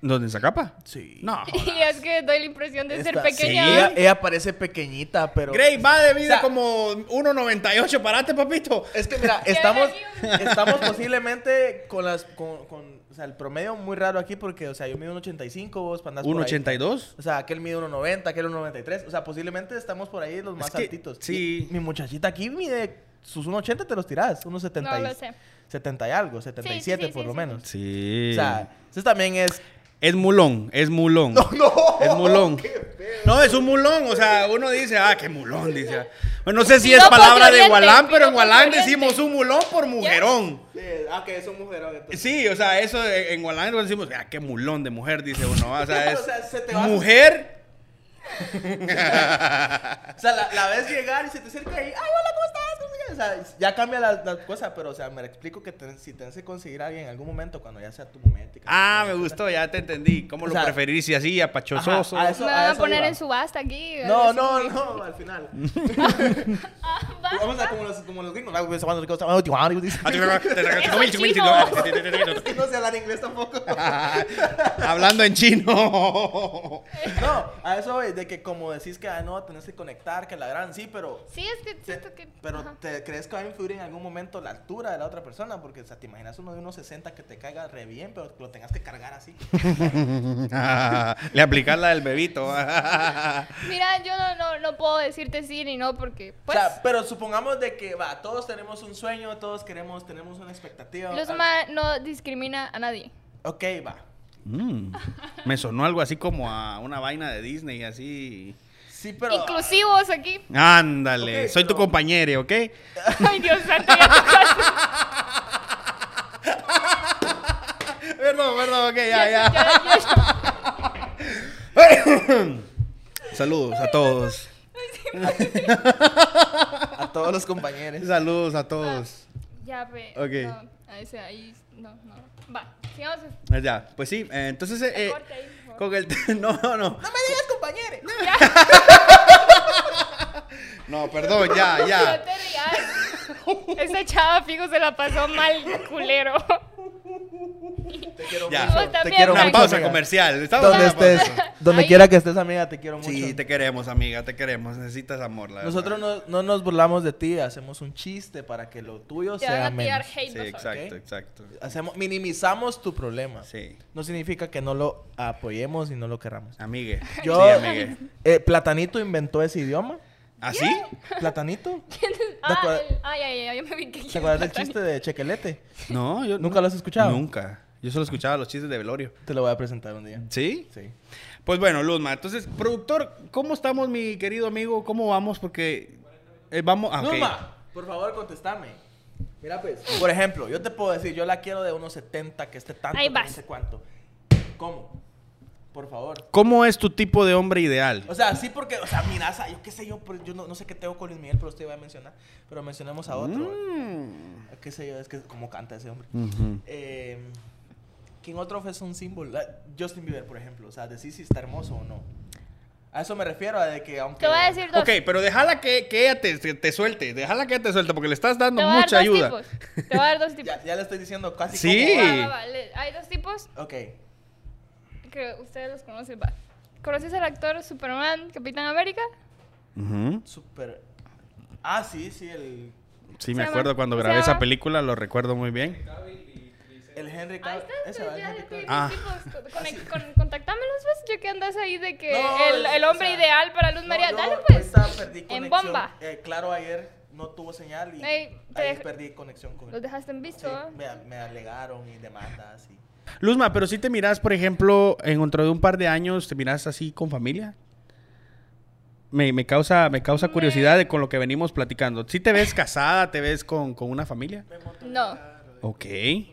Speaker 1: ¿Dónde en Zacapa?
Speaker 2: Sí.
Speaker 1: No.
Speaker 3: Y es que doy la impresión de ser
Speaker 2: Esta-
Speaker 3: pequeña.
Speaker 1: sí.
Speaker 3: ¿verdad?
Speaker 2: Ella, ella parece pequeñita, pero...
Speaker 1: Grey va de vida
Speaker 2: O sea-
Speaker 1: como 1.98, parate, papito.
Speaker 2: Es que mira,
Speaker 3: Ya
Speaker 2: estamos,
Speaker 3: venía.
Speaker 2: estamos posiblemente con las... Con, con- o sea, el promedio muy raro aquí porque, o sea, yo mido 1.85, vos pandás por ahí.
Speaker 1: 1.82.
Speaker 2: O sea, aquel mide 1.90, aquel 1.93. O sea, posiblemente estamos por ahí los más
Speaker 1: Es que-
Speaker 2: altitos.
Speaker 1: sí.
Speaker 2: Mi, mi muchachita aquí mide sus 1.80, te los tirás. Unos 70 y-
Speaker 3: No lo sé.
Speaker 2: 70 y algo, 77
Speaker 3: sí,
Speaker 2: por
Speaker 3: sí,
Speaker 2: lo
Speaker 3: sí.
Speaker 2: menos.
Speaker 1: Sí.
Speaker 2: O sea, eso también es...
Speaker 1: es mulón, es mulón.
Speaker 2: ¡No!
Speaker 1: Es mulón. No, es un mulón, o sea, uno dice, ah, qué mulón, dice. Bueno, no sé si es
Speaker 3: Piropo
Speaker 1: palabra de
Speaker 3: corriente,
Speaker 1: Gualán, pero en
Speaker 3: piropo
Speaker 1: Gualán
Speaker 3: corriente.
Speaker 1: decimos un mulón por mujerón.
Speaker 2: ah, que es un mujerón. entonces.
Speaker 1: Sí, o sea, eso eh, en Gualán lo decimos, ah, qué mulón de mujer, dice uno. O sea, es
Speaker 2: O sea, se te va-
Speaker 1: mujer.
Speaker 2: O sea, la, la ves llegar y se te acerca y, ay, hola, ¿cómo estás? ¿Cómo estás?" O sea, ya cambia la, la cosa, pero, o sea, me explico que ten- si tienes que conseguir a alguien en algún momento, cuando ya sea tu momento. y que-
Speaker 1: Ah, me gustó, ya te entendí. ¿Cómo
Speaker 2: O
Speaker 1: lo
Speaker 2: sea,
Speaker 1: preferís? Si así, apachososo.
Speaker 2: Ajá, a
Speaker 3: Me
Speaker 2: eso-
Speaker 3: van a
Speaker 2: eso
Speaker 3: poner
Speaker 2: iba.
Speaker 3: en subasta aquí.
Speaker 2: No,
Speaker 3: así.
Speaker 2: no, no, al final. Vamos a como los, como los gringos.
Speaker 1: Ah, tú- te- te- te-
Speaker 3: Eso
Speaker 1: te-
Speaker 3: es
Speaker 1: te- te-
Speaker 3: chino.
Speaker 1: te- te- te- te- te- te-
Speaker 2: No sé hablar inglés tampoco.
Speaker 1: Hablando en chino.
Speaker 2: No, a eso voy, de que como decís que, ah, no, tenés que conectar, que la gran, sí, pero...
Speaker 3: Sí, es que
Speaker 2: te-
Speaker 3: siento que.
Speaker 2: pero
Speaker 3: ajá.
Speaker 2: te crees que va a influir en algún momento la altura de la otra persona, porque o sea, te imaginas uno de unos 60 que te caiga re bien, pero que lo tengas que cargar así.
Speaker 1: Le aplicás la del bebito.
Speaker 3: Mira, yo no, no, no puedo decirte sí ni no porque. Pues,
Speaker 2: o sea, pero supongamos de que va, todos tenemos un sueño, todos queremos, tenemos una expectativa.
Speaker 3: los
Speaker 2: Ah,
Speaker 3: ma no discrimina a nadie.
Speaker 2: Ok, va.
Speaker 1: Mm, me sonó algo así como a una vaina de Disney, así.
Speaker 2: Sí, pero.
Speaker 3: Inclusivos aquí.
Speaker 1: Ándale,
Speaker 2: Ok,
Speaker 1: soy tu
Speaker 2: pero-
Speaker 1: compañero, ¿ok?
Speaker 3: Ay, Dios santo, ya tocaste.
Speaker 1: Perdón, perdón, ok, ya,
Speaker 3: Ya,
Speaker 1: ya.
Speaker 3: ya, ya.
Speaker 1: Saludos a todos.
Speaker 2: A todos los compañeros.
Speaker 1: Saludos a todos.
Speaker 3: Ya, ve.
Speaker 1: Ok.
Speaker 3: No, a ese ahí. No, no. Va. Sigamos.
Speaker 1: Ya, pues sí, eh, entonces. eh,
Speaker 3: Corte ahí, por favor.
Speaker 1: con el. No, no, no.
Speaker 2: No me digas compañeros.
Speaker 1: No, perdón,
Speaker 2: Ah,
Speaker 1: ya,
Speaker 3: No
Speaker 1: ya.
Speaker 3: te rías. Esa chava, fijo, se la pasó mal, culero.
Speaker 2: Te quiero
Speaker 1: Ya.
Speaker 3: vos
Speaker 2: mucho.
Speaker 3: también, quiero
Speaker 1: una
Speaker 3: Frank.
Speaker 1: pausa
Speaker 2: amiga.
Speaker 1: comercial. Estamos en
Speaker 2: Donde
Speaker 1: una
Speaker 2: estés,
Speaker 1: pausa.
Speaker 2: donde
Speaker 3: Ahí.
Speaker 2: quiera que estés, amiga, te quiero mucho.
Speaker 1: Sí, te queremos, amiga, te queremos. Necesitas amor, la
Speaker 2: Nosotros
Speaker 1: verdad.
Speaker 2: no, no nos burlamos de ti, hacemos un chiste para que lo tuyo
Speaker 3: Te
Speaker 2: sea
Speaker 3: van a tirar
Speaker 2: menos.
Speaker 3: hate.
Speaker 1: Sí,
Speaker 3: nosotros.
Speaker 1: exacto,
Speaker 2: ¿ok?
Speaker 1: exacto.
Speaker 2: Hacemos, minimizamos tu problema.
Speaker 1: Sí.
Speaker 2: No significa que no lo apoyemos y no lo queramos.
Speaker 1: Amigue.
Speaker 2: Yo-
Speaker 1: Sí, amigue. ¿Ah,
Speaker 2: Eh, Platanito inventó ese idioma.
Speaker 1: ¿Así?
Speaker 2: Platanito.
Speaker 3: Ah,
Speaker 2: acuerdas?
Speaker 3: el- ay, ay, ay, yo me vi que.
Speaker 2: ¿Te acuerdas del chiste de Chequelete?
Speaker 1: No, yo
Speaker 2: ¿Nunca lo has escuchado?
Speaker 1: Nunca. Yo solo escuchaba los chistes de velorio.
Speaker 2: Te lo voy a presentar un día.
Speaker 1: ¿Sí?
Speaker 2: Sí.
Speaker 1: Pues bueno, Luzma, entonces, productor, ¿cómo estamos, mi querido amigo? ¿Cómo vamos? Porque eh, vamos... ah, ok.
Speaker 2: Luma, por favor, contestame. Mira, pues, por ejemplo, yo te puedo decir, yo la quiero de unos 70, que esté tanto,
Speaker 3: Ahí
Speaker 2: que
Speaker 3: vas.
Speaker 2: no sé cuánto. ¿Cómo? Por favor.
Speaker 1: ¿Cómo es tu tipo de hombre ideal?
Speaker 2: O sea, sí porque, o sea, miras, a- yo qué sé yo, pero yo no, no sé qué tengo con Luis Miguel, pero usted iba a mencionar, pero mencionemos a otro.
Speaker 3: Hmm.
Speaker 1: Mm.
Speaker 2: Qué sé yo, es que como canta ese hombre.
Speaker 1: Ujú.
Speaker 2: Eh, ¿Quién otro es un símbolo? La- Justin Bieber, por ejemplo. O sea, decir si está hermoso o no. A eso me refiero, a de que aunque...
Speaker 3: Te voy a decir dos.
Speaker 1: Ok, pero déjala que, que ella te, te- te suelte. Déjala que ella te suelte porque le estás
Speaker 3: Te
Speaker 1: dando
Speaker 3: voy a dar
Speaker 1: mucha
Speaker 3: dos
Speaker 1: ayuda.
Speaker 3: tipos. Te voy a dar dos tipos.
Speaker 2: Ya, ya le estoy diciendo casi
Speaker 1: Sí.
Speaker 2: como-
Speaker 3: Va, va, va, le- Hay dos tipos
Speaker 2: Ok.
Speaker 3: que ustedes los conocen. Va. ¿Conoces al actor Superman, Capitán América?
Speaker 1: Ujú.
Speaker 2: Súper... Ah, sí, sí, el...
Speaker 1: Sí,
Speaker 3: Se
Speaker 1: me
Speaker 3: llama-
Speaker 1: acuerdo cuando
Speaker 3: se
Speaker 1: grabé esa
Speaker 3: llama-
Speaker 1: película, lo recuerdo muy bien.
Speaker 2: El Henry
Speaker 3: Ahí
Speaker 2: Cavill.
Speaker 3: está,
Speaker 2: Ese
Speaker 3: tú
Speaker 2: va, el
Speaker 3: ya
Speaker 2: Henry
Speaker 3: te
Speaker 2: Cavill.
Speaker 3: di
Speaker 1: Ah.
Speaker 3: tipos. Con- con- Contáctamelos, pues, yo que andas ahí de que
Speaker 2: No,
Speaker 3: el,
Speaker 2: es-
Speaker 3: el hombre
Speaker 2: o sea,
Speaker 3: ideal para Luz
Speaker 2: No,
Speaker 3: María.
Speaker 2: yo
Speaker 3: Dale, pues.
Speaker 2: ahorita perdí conexión.
Speaker 3: bomba.
Speaker 2: Eh, claro, ayer no tuvo señal y
Speaker 3: Ey, te
Speaker 2: ahí
Speaker 3: dej-
Speaker 2: perdí conexión con
Speaker 3: Los
Speaker 2: él.
Speaker 3: dejaste en
Speaker 2: Sí,
Speaker 3: visto. ¿eh?
Speaker 2: me, me alegaron y demandas y...
Speaker 1: Luzma, pero si te miras, por ejemplo, en dentro de un par de años, ¿te miras así con familia? Me, me causa, me causa curiosidad de con lo que venimos platicando. ¿Sí te ves casada? ¿Te ves con, con una familia?
Speaker 3: No.
Speaker 1: Ok.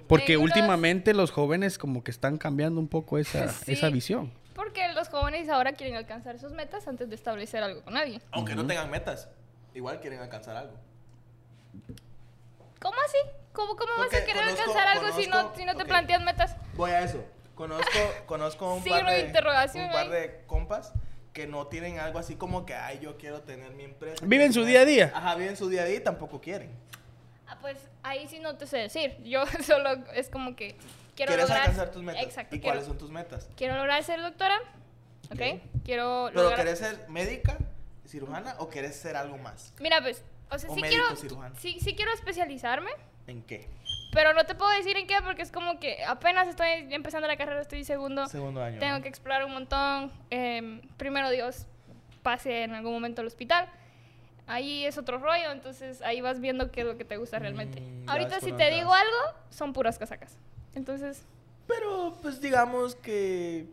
Speaker 1: Porque
Speaker 3: Tengo unos-
Speaker 1: últimamente los jóvenes como que están cambiando un poco esa,
Speaker 3: Sí.
Speaker 1: esa visión.
Speaker 3: Porque los jóvenes ahora quieren alcanzar sus metas antes de establecer algo con alguien.
Speaker 2: Aunque no tengan metas, igual quieren alcanzar algo.
Speaker 3: ¿Cómo así? ¿Cómo, cómo vas
Speaker 2: Porque
Speaker 3: a querer
Speaker 2: conozco-
Speaker 3: alcanzar algo si no,
Speaker 2: conozco-
Speaker 3: si no te
Speaker 2: ok.
Speaker 3: planteas metas?
Speaker 2: Voy a eso. Conozco, conozco un,
Speaker 3: Signo
Speaker 2: par
Speaker 3: de
Speaker 2: de,
Speaker 3: interrogación
Speaker 2: un par
Speaker 3: ahí.
Speaker 2: de compas que no tienen algo así como que, ay, yo quiero tener mi empresa.
Speaker 1: Viven
Speaker 2: quiero
Speaker 1: su
Speaker 2: tener-".
Speaker 1: día a día.
Speaker 2: Ajá, viven su día a día y tampoco quieren.
Speaker 3: Ah, pues ahí sí no te sé decir. Yo solo es como que quiero
Speaker 2: ¿Quieres
Speaker 3: lograr...
Speaker 2: alcanzar tus metas?
Speaker 3: Exacto.
Speaker 2: ¿Y
Speaker 3: quiero,
Speaker 2: cuáles son tus metas?
Speaker 3: quiero lograr ser doctora. ¿Ok?
Speaker 2: Ok.
Speaker 3: Quiero
Speaker 2: ¿Pero
Speaker 3: lograr...
Speaker 2: querés ser médica, cirujana o querés ser algo más?
Speaker 3: Mira, pues, o sea,
Speaker 2: O
Speaker 3: sí
Speaker 2: médico,
Speaker 3: quiero,
Speaker 2: cirujano.
Speaker 3: sí, sí quiero especializarme,
Speaker 2: ¿En qué?
Speaker 3: pero no te puedo decir en qué porque es como que apenas estoy empezando la carrera, estoy segundo,
Speaker 2: Segundo año.
Speaker 3: tengo
Speaker 2: ¿no?
Speaker 3: que explorar un montón, em, primero Dios pase en algún momento al hospital. Ahí es otro rollo, entonces ahí vas viendo qué es lo que te gusta realmente.
Speaker 2: Mm, ya
Speaker 3: Ahorita
Speaker 2: ves
Speaker 3: si
Speaker 2: por
Speaker 3: te
Speaker 2: dónde
Speaker 3: digo
Speaker 2: vas.
Speaker 3: algo, son puras casacas. Entonces,
Speaker 2: Pero, pues digamos que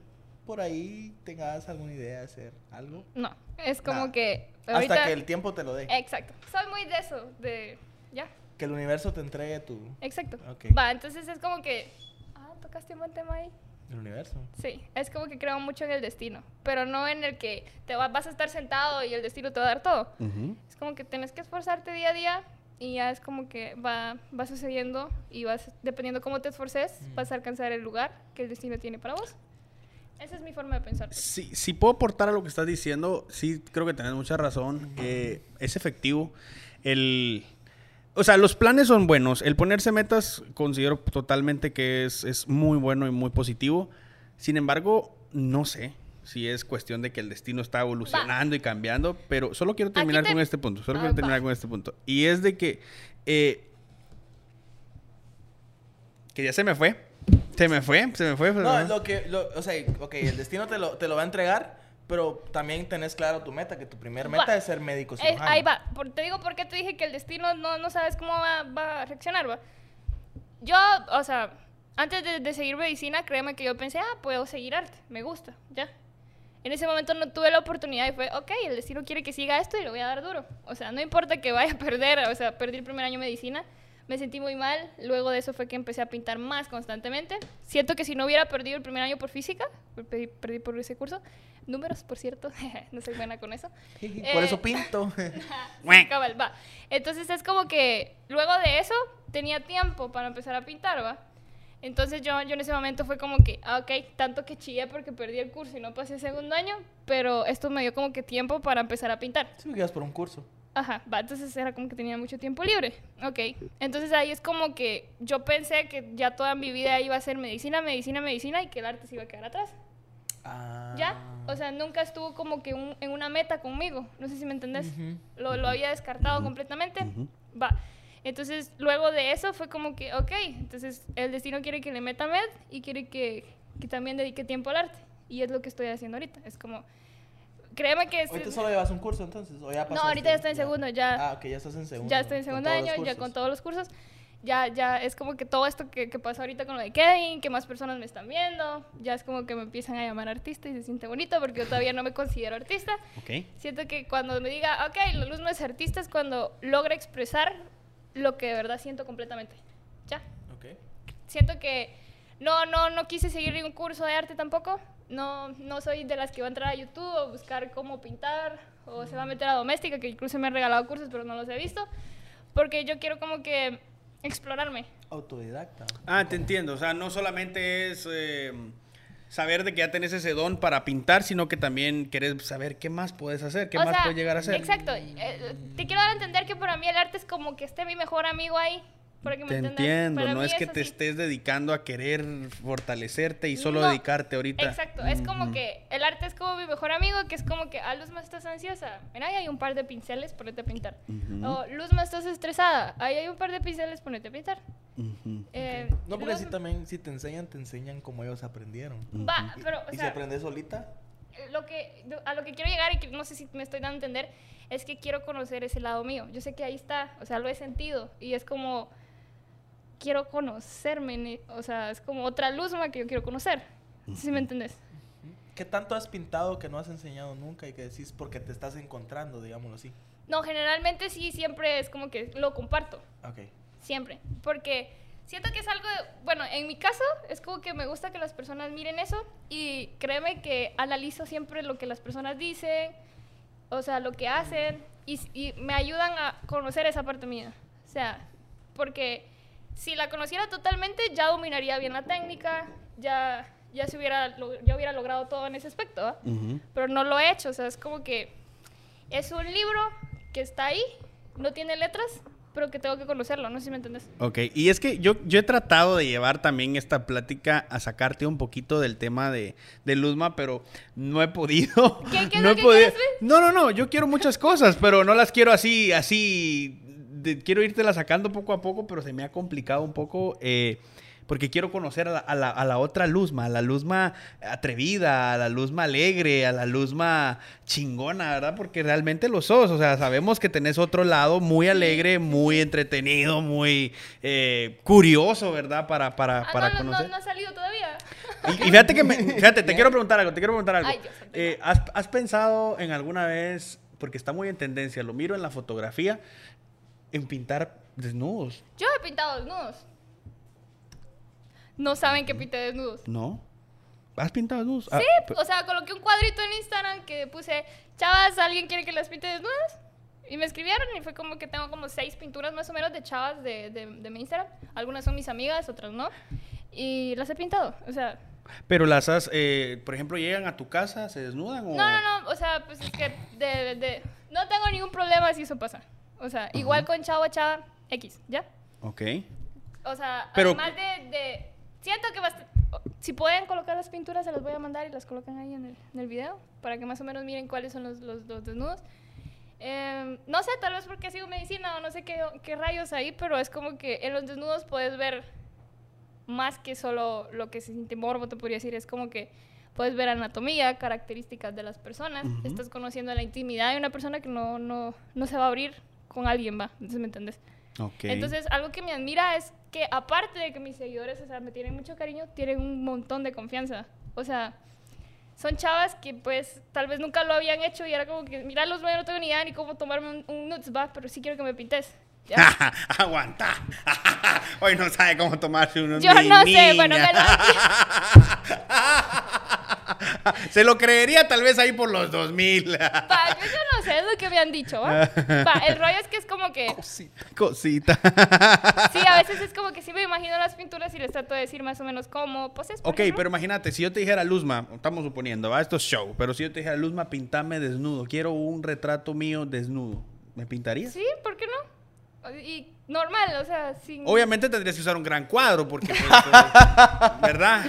Speaker 2: por ahí tengas alguna idea de hacer algo.
Speaker 3: no. Es como
Speaker 2: Nada.
Speaker 3: que.
Speaker 2: Hasta
Speaker 3: ahorita- eh
Speaker 2: que el tiempo te lo dé.
Speaker 3: Exacto. Soy muy de eso, de. Ya,
Speaker 2: Que el universo te entregue tu...
Speaker 3: exacto.
Speaker 2: Ok.
Speaker 3: Va, entonces es como que. Ah, tocaste un buen tema ahí.
Speaker 2: El universo.
Speaker 3: Sí, es como que creo mucho en el destino, pero no en el que te va- vas a estar sentado y el destino te va a dar todo.
Speaker 1: Ujú.
Speaker 3: Es como que tienes que esforzarte día a día y ya es como que va, va sucediendo y vas, dependiendo cómo te esforces,
Speaker 2: Mm.
Speaker 3: vas a alcanzar el lugar que el destino tiene para vos. Esa es mi forma de pensar.
Speaker 1: Si, si puedo aportar a lo que estás diciendo, sí creo que tenés mucha razón. eh, es efectivo. El, o sea, los planes son buenos. El ponerse metas considero totalmente que es, es muy bueno y muy positivo. Sin embargo, no sé si es cuestión de que el destino está evolucionando y cambiando, pero solo quiero
Speaker 3: Aquí
Speaker 1: terminar
Speaker 3: te-
Speaker 1: con este punto. Solo
Speaker 3: Ah,
Speaker 1: quiero terminar
Speaker 3: va.
Speaker 1: con este punto. Y es de que... eh, que ya se me fue. Se me fue, se me fue.
Speaker 2: No, es lo que... lo- o sea, ok, el destino te lo, te lo va a entregar, pero también tenés claro tu meta, que tu primer meta
Speaker 3: Va.
Speaker 2: es ser médico
Speaker 3: Es-
Speaker 2: cirujano.
Speaker 3: Eh, ahí va. Por- te digo por qué te dije que el destino no, no sabes cómo va, va a reaccionar, va. Yo, o sea, antes de, de seguir medicina, créeme que yo pensé, ah, puedo seguir arte, me gusta, ya. En ese momento no tuve la oportunidad y fue, ok, el destino quiere que siga esto y le voy a dar duro. O sea, no importa que vaya a perder, o sea, perdí el primer año de medicina, me sentí muy mal, luego de eso fue que empecé a pintar más constantemente. Siento que si no hubiera perdido el primer año por física, perdí, perdí por ese curso, números, por cierto, no soy buena con eso.
Speaker 2: Por
Speaker 3: Eh,
Speaker 2: eso pinto.
Speaker 3: Sí, cabal, va. Entonces es como que luego de eso tenía tiempo para empezar a pintar, ¿va? Entonces yo, yo en ese momento fue como que, ah, ok, tanto que chillé porque perdí el curso y no pasé segundo año, pero esto me dio como que tiempo para empezar a pintar.
Speaker 2: Si me quedas por un curso.
Speaker 3: Ajá, va, entonces era como que tenía mucho tiempo libre. Ok, entonces ahí es como que yo pensé que ya toda mi vida iba a ser medicina, medicina, medicina y que el arte se iba a quedar atrás.
Speaker 2: Ah.
Speaker 3: ¿Ya? O sea, nunca estuvo como que un- en una meta conmigo. No sé si me entendés.
Speaker 2: Ujú.
Speaker 3: lo, lo había descartado completamente. Va. Entonces, luego de eso fue como que, ok, entonces el destino quiere que le meta med y quiere que, que también dedique tiempo al arte. Y es lo que estoy haciendo ahorita. Es como, créeme que... es-
Speaker 2: Ahorita solo llevas un curso entonces, o ya
Speaker 3: no,
Speaker 2: pasaste?
Speaker 3: ahorita ya estoy en segundo, ya
Speaker 2: Ah, ok, ya estás en segundo.
Speaker 3: ya estoy en segundo
Speaker 2: todos los
Speaker 3: año, ya con
Speaker 2: cursos.
Speaker 3: todos los cursos. Ya, ya es como que todo esto que, que pasó ahorita con lo de Kevin, que más personas me están viendo, ya es como que me empiezan a llamar artista y se siente bonito porque yo todavía no me considero artista.
Speaker 1: Ok.
Speaker 3: Siento que cuando me diga, ok, la luz no es artista, es cuando logra expresar lo que de verdad siento completamente. Ya
Speaker 2: Ok.
Speaker 3: siento que no, no, no quise seguir ningún curso de arte tampoco. No, no soy de las que va a entrar a YouTube o buscar cómo pintar o se va a meter a doméstica, que incluso me han regalado cursos, pero no los he visto. Porque yo quiero como que explorarme.
Speaker 2: Autodidacta.
Speaker 1: Ah, te entiendo. O sea, no solamente es eh, saber de que ya tenés ese don para pintar, sino que también querés saber qué más puedes hacer, qué
Speaker 3: O
Speaker 1: más
Speaker 3: sea,
Speaker 1: puedes llegar a hacer.
Speaker 3: Exacto. Eh, te quiero dar a entender que para mí el arte es como que esté mi mejor amigo ahí. Para que me
Speaker 1: Te
Speaker 3: entiendas.
Speaker 1: entiendo.
Speaker 3: Para
Speaker 1: No
Speaker 3: mí
Speaker 1: es que
Speaker 3: eso
Speaker 1: te
Speaker 3: sí.
Speaker 1: estés dedicando a querer fortalecerte y solo
Speaker 3: No.
Speaker 1: dedicarte ahorita.
Speaker 3: Exacto, es como que el arte es como mi mejor amigo, que es como que, ah, Luzma, estás ansiosa. Mira, ahí hay un par de pinceles, ponete a pintar. O Luzma, estás estresada. Ahí hay un par de pinceles, ponete a pintar.
Speaker 1: Ujú.
Speaker 3: Eh,
Speaker 2: No, porque
Speaker 3: Luzma-
Speaker 2: sí también, si te enseñan, te enseñan como ellos aprendieron.
Speaker 3: Va, Ah, pero, o
Speaker 2: y si
Speaker 3: sea,
Speaker 2: aprendes solita,
Speaker 3: lo que, a lo que quiero llegar y que no sé si me estoy dando a entender es que quiero conocer ese lado mío. Yo sé que ahí está, o sea, lo he sentido y es como quiero conocerme, ne- o sea, es como otra Luzma que yo quiero conocer. ¿Sí me entendés?
Speaker 2: ¿qué tanto has pintado que no has enseñado nunca y que decís porque te estás encontrando, digámoslo así?
Speaker 3: No, generalmente sí, siempre es como que lo comparto.
Speaker 2: Ok.
Speaker 3: Siempre. Porque siento que es algo, bueno, en mi caso es como que me gusta que las personas miren eso y créeme que analizo siempre lo que las personas dicen, o sea, lo que hacen y, y me ayudan a conocer esa parte mía. O sea, porque si la conociera totalmente ya dominaría bien la técnica, ya, ya, se hubiera, log- ya hubiera logrado todo en ese aspecto. ¿va?
Speaker 1: Ujú.
Speaker 3: pero no lo he hecho. O sea, es como que es un libro que está ahí, no tiene letras, pero que tengo que conocerlo. No sé si me entiendes.
Speaker 1: Ok, y es que yo, yo he tratado de llevar también esta plática a sacarte un poquito del tema de, de Luzma, pero no he podido.
Speaker 3: ¿Qué- qué
Speaker 1: no
Speaker 3: es lo
Speaker 1: he
Speaker 3: que
Speaker 1: podido-
Speaker 3: quieres, ve?
Speaker 1: No, no, no, yo quiero muchas cosas, pero no las quiero así, así. de- quiero irte sacando poco a poco, pero se me ha complicado un poco. eh, porque quiero conocer a la, a la, a la otra Luzma, a la Luzma atrevida, a la Luzma alegre, a la Luzma chingona, ¿verdad? Porque realmente lo sos, o sea, sabemos que tenés otro lado muy alegre, muy entretenido, muy eh, curioso, ¿verdad? Para, para,
Speaker 3: Ah,
Speaker 1: para
Speaker 3: no, no, no,
Speaker 1: conocer.
Speaker 3: no ha salido todavía.
Speaker 1: Y, y fíjate que me- fíjate, te quiero preguntar algo, te quiero preguntar algo.
Speaker 3: Ay, Dios santo.
Speaker 1: Eh, ¿has, has pensado en alguna vez, porque está muy en tendencia, lo miro en la fotografía, en pintar desnudos?
Speaker 3: Yo he pintado desnudos. No saben que pinté desnudos.
Speaker 1: ¿No? ¿Has pintado desnudos? Ah, pues,
Speaker 3: Sí, o sea, coloqué un cuadrito en Instagram que puse, chavas, ¿alguien quiere que las pinte desnudas? Y me escribieron y fue como que tengo como seis pinturas más o menos de chavas de, de, de mi Instagram. Algunas son mis amigas, otras no. Y las he pintado. O sea,
Speaker 1: Pero las has, eh, por ejemplo, llegan a tu casa, se desnudan o...
Speaker 3: no, no, no. O sea, pues es que de, de- no tengo ningún problema si eso pasa. O sea, igual con chavo a chava X, ¿ya?
Speaker 1: Ok.
Speaker 3: O sea,
Speaker 1: Pero-
Speaker 3: además de, de- Siento que bast- Si pueden colocar las pinturas, se las voy a mandar y las colocan ahí en el, en el video para que más o menos miren cuáles son los, los- los desnudos. Em, no sé, tal vez porque sigo medicina o no sé qué, qué rayos ahí, pero es como que en los desnudos puedes ver más que solo lo que se siente morbo, te podría decir. Es como que puedes ver anatomía, características de las personas.
Speaker 1: Ujú.
Speaker 3: Estás conociendo la intimidad de una persona que no, no, no se va a abrir con alguien, va. Entonces, ¿me entiendes?
Speaker 1: Ok.
Speaker 3: Entonces, algo que me admira es que aparte de que mis seguidores, o sea, me tienen mucho cariño, tienen un montón de confianza. O sea, son chavas que pues tal vez nunca lo habían hecho y era como que, mira, los yo no tengo ni idea ni cómo tomarme un, un nuts bath, pero sí quiero que me pintes.
Speaker 1: Ah,
Speaker 3: ¿Ya?
Speaker 1: Aguanta. Hoy no sabe cómo tomarse uno.
Speaker 3: Yo
Speaker 1: mi
Speaker 3: no sé, bueno,
Speaker 1: niña.
Speaker 3: me lo-
Speaker 1: Se lo creería tal vez ahí por los 2000.
Speaker 3: Va, yo ya no sé, es lo que me han dicho, ¿va? Va, el rollo es que es como que,
Speaker 1: Cosita.
Speaker 3: sí, a veces es como que sí me imagino las pinturas y les trato de decir más o menos cómo, pues es por
Speaker 1: Ok,
Speaker 3: ejemplo,
Speaker 1: pero imagínate, si yo te dijera Luzma, estamos suponiendo, va, esto es show, pero si yo te dijera Luzma, pintame desnudo, quiero un retrato mío desnudo, ¿me pintarías?
Speaker 3: Sí, ¿por qué no? Y normal, o sea, sin...
Speaker 1: Obviamente tendrías que usar un gran cuadro, porque, pues, pues, ¿verdad?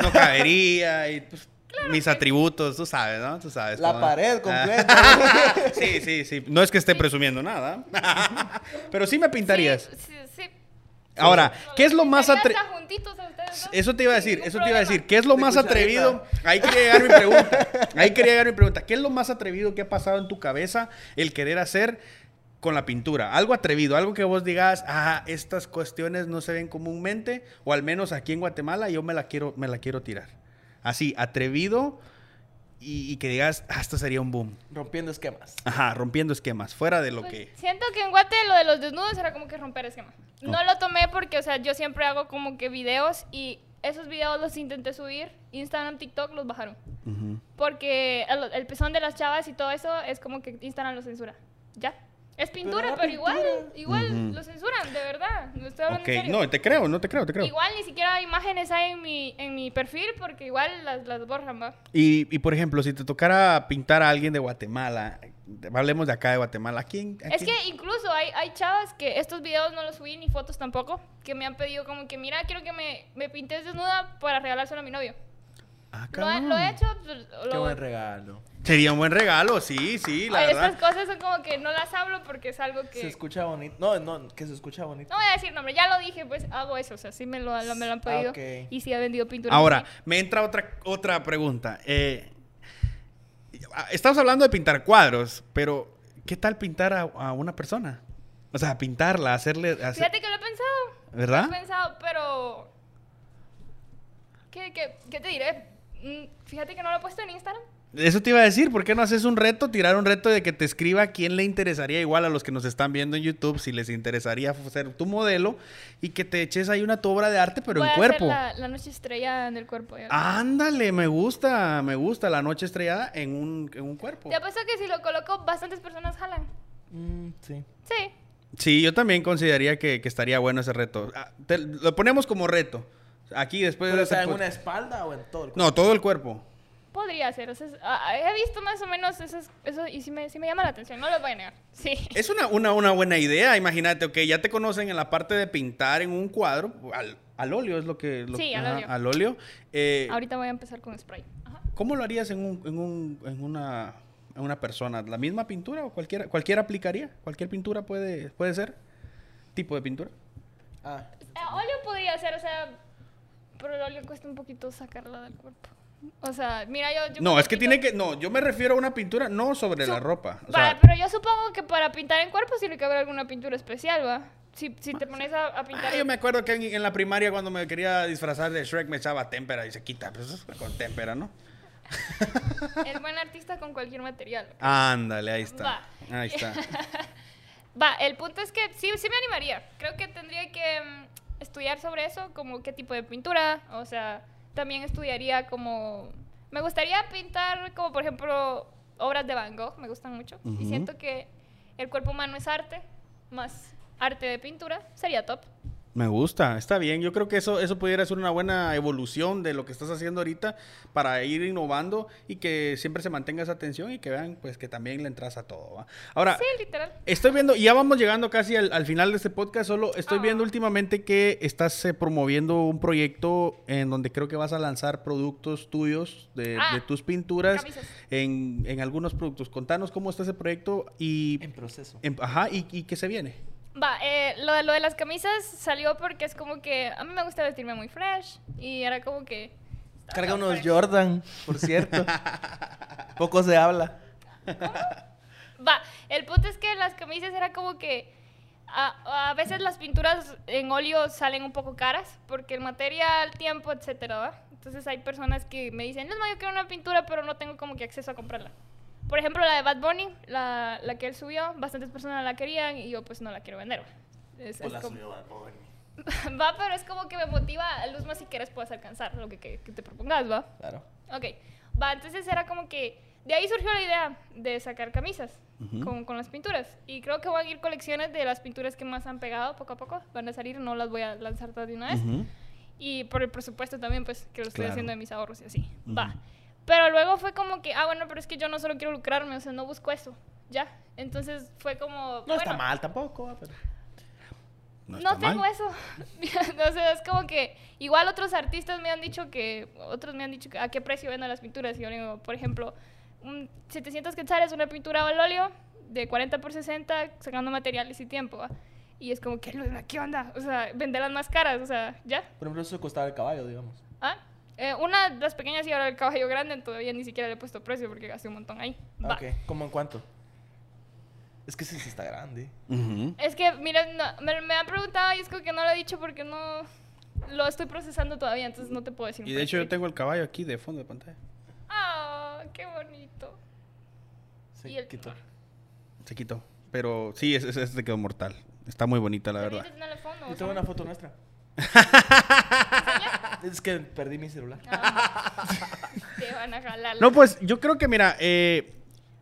Speaker 1: No cabería y pues, mis atributos, tú sabes, ¿no? Tú sabes.
Speaker 2: La
Speaker 1: cómo-
Speaker 2: pared
Speaker 1: Ah,
Speaker 2: completa.
Speaker 1: sí, sí, sí. No es que esté presumiendo nada, pero sí me pintarías.
Speaker 3: Sí, sí, sí.
Speaker 1: Ahora, ¿qué es lo más
Speaker 3: atrevido?
Speaker 1: atrevido? Eso te iba a decir, eso te iba a decir. ¿Qué es lo
Speaker 2: Te
Speaker 1: más
Speaker 2: escucho
Speaker 1: atrevido? Ahí quería llegar mi pregunta. Ahí quería llegar mi pregunta. ¿Qué es lo más atrevido que ha pasado en tu cabeza el querer hacer con la pintura? Algo atrevido, algo que vos digas, ah, estas cuestiones no se ven comúnmente, o al menos aquí en Guatemala yo me la quiero, me la quiero tirar. Así, atrevido y, y que digas, ah, esto sería un boom.
Speaker 2: Rompiendo esquemas.
Speaker 1: Ajá, rompiendo esquemas, fuera de lo
Speaker 3: Pues,
Speaker 1: que...
Speaker 3: Siento que en Guate lo de los desnudos era como que romper esquema. No lo tomé porque, o sea, yo siempre hago como que videos y esos videos los intenté subir. Instagram, TikTok los bajaron.
Speaker 1: Ujú.
Speaker 3: Porque el, el pezón de las chavas y todo eso es como que Instagram lo censura. Ya. Es pintura,
Speaker 2: era
Speaker 3: pero, igual,
Speaker 2: pintura.
Speaker 3: igual
Speaker 1: Ujú.
Speaker 3: lo censuran, de verdad. No estoy hablando
Speaker 1: Ok,
Speaker 3: en serio.
Speaker 1: no, te creo, no te creo, te creo.
Speaker 3: Igual ni siquiera imágenes hay en mi, en mi perfil porque igual las, las borran, va.
Speaker 1: Y, y, por ejemplo, si te tocara pintar a alguien de Guatemala, de- hablemos de acá de Guatemala, ¿a quién? a
Speaker 3: Es
Speaker 1: quién?
Speaker 3: que incluso hay, hay chavas que estos videos no los subí ni fotos tampoco, que me han pedido como que, mira, quiero que me, me pintes desnuda para regalárselo a mi novio.
Speaker 1: Ah,
Speaker 3: Lo, he-
Speaker 1: cabrón.
Speaker 3: lo he hecho, pues,
Speaker 2: Qué
Speaker 3: lo-
Speaker 2: buen regalo.
Speaker 1: Sería un buen regalo, sí, sí, la
Speaker 3: Ay,
Speaker 1: verdad.
Speaker 3: estas cosas son como que no las hablo porque es algo
Speaker 2: Se
Speaker 3: que...
Speaker 2: escucha bonito. No, no, que se escucha bonito.
Speaker 3: No voy a decir nombre, ya lo dije, pues hago eso, o sea, sí me lo, lo- me lo han
Speaker 2: Ah,
Speaker 3: pedido
Speaker 2: ok.
Speaker 3: y sí he vendido pintura.
Speaker 1: Ahora, me entra otra, otra pregunta. Eh, estamos hablando de pintar cuadros, pero ¿qué tal pintar a, a una persona? O sea, pintarla, hacerle... hacer- ¿Ah?
Speaker 3: Fíjate que lo he pensado,
Speaker 1: ¿Verdad?
Speaker 3: he pensado, pero... ¿Qué, qué, qué te diré? Mm, Fíjate que no lo he puesto en Instagram.
Speaker 1: Eso te iba a decir, ¿por qué no haces un reto? Tirar un reto de que te escriba quién le interesaría igual a los que nos están viendo en YouTube, si les interesaría ser tu modelo y que te eches ahí una tu obra de arte, pero
Speaker 3: Voy a
Speaker 1: en
Speaker 3: hacer
Speaker 1: cuerpo.
Speaker 3: La, la noche estrella en el cuerpo. ya lo-
Speaker 1: Ándale, me gusta, me gusta la noche estrellada en un, en un cuerpo.
Speaker 3: Te apuesto que si lo coloco, bastantes personas jalan.
Speaker 2: Mm, sí.
Speaker 3: Sí.
Speaker 1: Sí, yo también consideraría que, que estaría bueno ese reto. Ah, te- lo ponemos como reto. Aquí después
Speaker 2: Pero,
Speaker 1: de
Speaker 2: o sea,
Speaker 1: hacer
Speaker 2: en
Speaker 1: pod-
Speaker 2: una espalda o en todo el
Speaker 1: No, todo el cuerpo.
Speaker 3: Podría ser. o sea, es- ah, ah, he visto más o menos esas- eso y sí me, sí me llama la atención. No lo voy a negar. Sí.
Speaker 1: Es una, una, una buena idea, imagínate, ok, ya te conocen en la parte de pintar en un cuadro, al, al óleo es lo que... lo-
Speaker 3: Sí, al
Speaker 1: ajá,
Speaker 3: óleo.
Speaker 1: al óleo. Eh,
Speaker 3: Ahorita voy a empezar con spray. Ajá.
Speaker 1: ¿Cómo lo harías en, un, en, un- en una, en una persona? ¿La misma pintura o cualquiera, cualquiera aplicaría? ¿Cualquier pintura puede, puede ser? ¿Tipo de pintura?
Speaker 2: Ah,
Speaker 3: Eh, óleo podría ser, o sea, Pero luego le cuesta un poquito sacarla del cuerpo. O sea, mira, yo. yo
Speaker 1: No,
Speaker 3: cuando
Speaker 1: es que
Speaker 3: pinto-
Speaker 1: tiene que. No, yo me refiero a una pintura, no sobre la
Speaker 3: Su-
Speaker 1: ropa. O
Speaker 3: Va,
Speaker 1: sea,
Speaker 3: pero yo supongo que para pintar en cuerpo tiene que haber alguna pintura especial, ¿va? Si, si te pones a, a pintar.
Speaker 1: ah, yo me acuerdo que en, en la primaria cuando me quería disfrazar de Shrek me echaba témpera y se quita. Pues, con témpera, ¿no?
Speaker 3: El buen artista con cualquier material.
Speaker 1: Ándale, ahí está.
Speaker 3: Va.
Speaker 1: Ahí está.
Speaker 3: Va, el punto es que sí, sí me animaría. Creo que tendría que mm, estudiar sobre eso, como qué tipo de pintura. O sea, también estudiaría como... Me gustaría pintar como, por ejemplo, obras de Van Gogh, me gustan mucho.
Speaker 1: Ujú.
Speaker 3: Y siento que el cuerpo humano es arte, más arte de pintura, sería top.
Speaker 1: Me gusta, está bien. Yo creo que eso, eso pudiera ser una buena evolución de lo que estás haciendo ahorita para ir innovando y que siempre se mantenga esa atención y que vean pues que también le entras a todo. ¿va? Ahora,
Speaker 3: Sí, literal.
Speaker 1: Estoy viendo, y ya vamos llegando casi al, al final de este podcast, solo estoy
Speaker 3: Ah.
Speaker 1: viendo últimamente que estás eh, promoviendo un proyecto en donde creo que vas a lanzar productos tuyos, de,
Speaker 3: Ah,
Speaker 1: de tus pinturas,
Speaker 3: camisas.
Speaker 1: en, en algunos productos. Contanos cómo está ese proyecto y,
Speaker 3: Em.
Speaker 2: En proceso.
Speaker 1: en- ajá, y, y qué se viene.
Speaker 3: Va, eh, lo, de- lo de las camisas salió porque es como que a mí me gusta vestirme muy fresh y era como que...
Speaker 2: Carga unos Jordan, por cierto. Poco se habla.
Speaker 3: Va, el punto es que las camisas era como que a, a veces las pinturas en óleo salen un poco caras porque el material, tiempo, etcétera, ¿va? Entonces hay personas que me dicen, no, no, yo quiero una pintura, pero no tengo como que acceso a comprarla. Por ejemplo, la de Bad Bunny, la, la que él subió, bastantes personas la querían y yo pues no la quiero vender. ¿va? Es- es como- va, pero es como que me motiva, Luz, más si quieres puedes alcanzar lo que, que- que te propongas, ¿va?
Speaker 2: Claro.
Speaker 3: Ok, va, entonces era como que de ahí surgió la idea de sacar camisas con, con las pinturas. Y creo que van a ir colecciones de las pinturas que más han pegado poco a poco. Van a salir, no las voy a lanzar todas de una vez.
Speaker 1: Ujú.
Speaker 3: Y por el presupuesto también, pues, que lo estoy
Speaker 1: Claro.
Speaker 3: haciendo de mis ahorros y así. Va.
Speaker 1: Ujú.
Speaker 3: Pero luego fue como que, ah, bueno, pero es que yo no solo quiero lucrarme, o sea, no busco eso. Ya. Entonces fue como.
Speaker 2: No está mal tampoco. ah, pero-
Speaker 1: No está
Speaker 3: No,
Speaker 1: mal.
Speaker 3: tengo eso. no sé, es como que igual otros artistas me han dicho que, otros me han dicho que a qué precio venden las pinturas. Y yo digo, por ejemplo, un 700 quetzales una pintura al óleo de 40 por 60 sacando materiales y tiempo. ¿va? Y es como que, "Luna, ¿qué onda? O sea, vender las más caras, o sea, ya.
Speaker 2: Por ejemplo, eso costaba el caballo, digamos.
Speaker 3: ¿Ah? Eh, una de las pequeñas y ahora el caballo grande todavía ni siquiera le he puesto precio porque gasté un montón ahí. Va.
Speaker 2: Ah, Ok. ¿Cómo en cuánto? Es que ese sí está grande.
Speaker 1: Ujú.
Speaker 3: Es que, miren, no, me, me han preguntado y es como que no lo he dicho porque no lo estoy procesando todavía, entonces no te puedo decir. un
Speaker 1: Y de hecho
Speaker 3: precio.
Speaker 1: yo tengo el caballo aquí de fondo de pantalla.
Speaker 3: Ah, qué bonito.
Speaker 2: Se
Speaker 3: Y el-
Speaker 2: quitó.
Speaker 1: Se quitó. Pero sí, ese, ese- ese quedó mortal. Está muy bonita, la verdad.
Speaker 3: Deberías de tenerle fondo,
Speaker 2: Yo
Speaker 3: o
Speaker 2: tengo
Speaker 3: sea,
Speaker 2: una foto nuestra. es que perdí mi celular.
Speaker 3: ah, te van a jalar.
Speaker 1: No, pues yo creo que, mira, eh,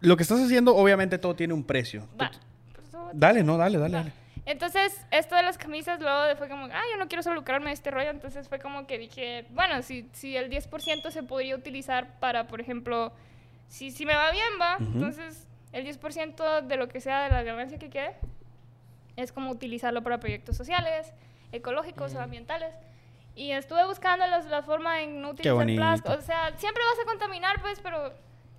Speaker 1: lo que estás haciendo, obviamente todo tiene un precio.
Speaker 3: Va. pues,
Speaker 1: Tú-
Speaker 3: Por favor,
Speaker 1: Dale, no, dale, dale,
Speaker 3: va.
Speaker 1: dale.
Speaker 3: Entonces, esto de las camisas luego de- fue como, ah, yo no quiero solo lucrarme de este rollo, entonces fue como que dije, bueno, si, si el 10% se podría utilizar para, por ejemplo, si, si me va bien, va,
Speaker 1: Ujú.
Speaker 3: entonces el 10% de lo que sea de la ganancia que quede es como utilizarlo para proyectos sociales, ecológicos
Speaker 1: Mm.
Speaker 3: o ambientales. Y estuve buscando las- la forma en no utilizar
Speaker 1: bonito.
Speaker 3: plástico. O sea, siempre vas a contaminar, pues, pero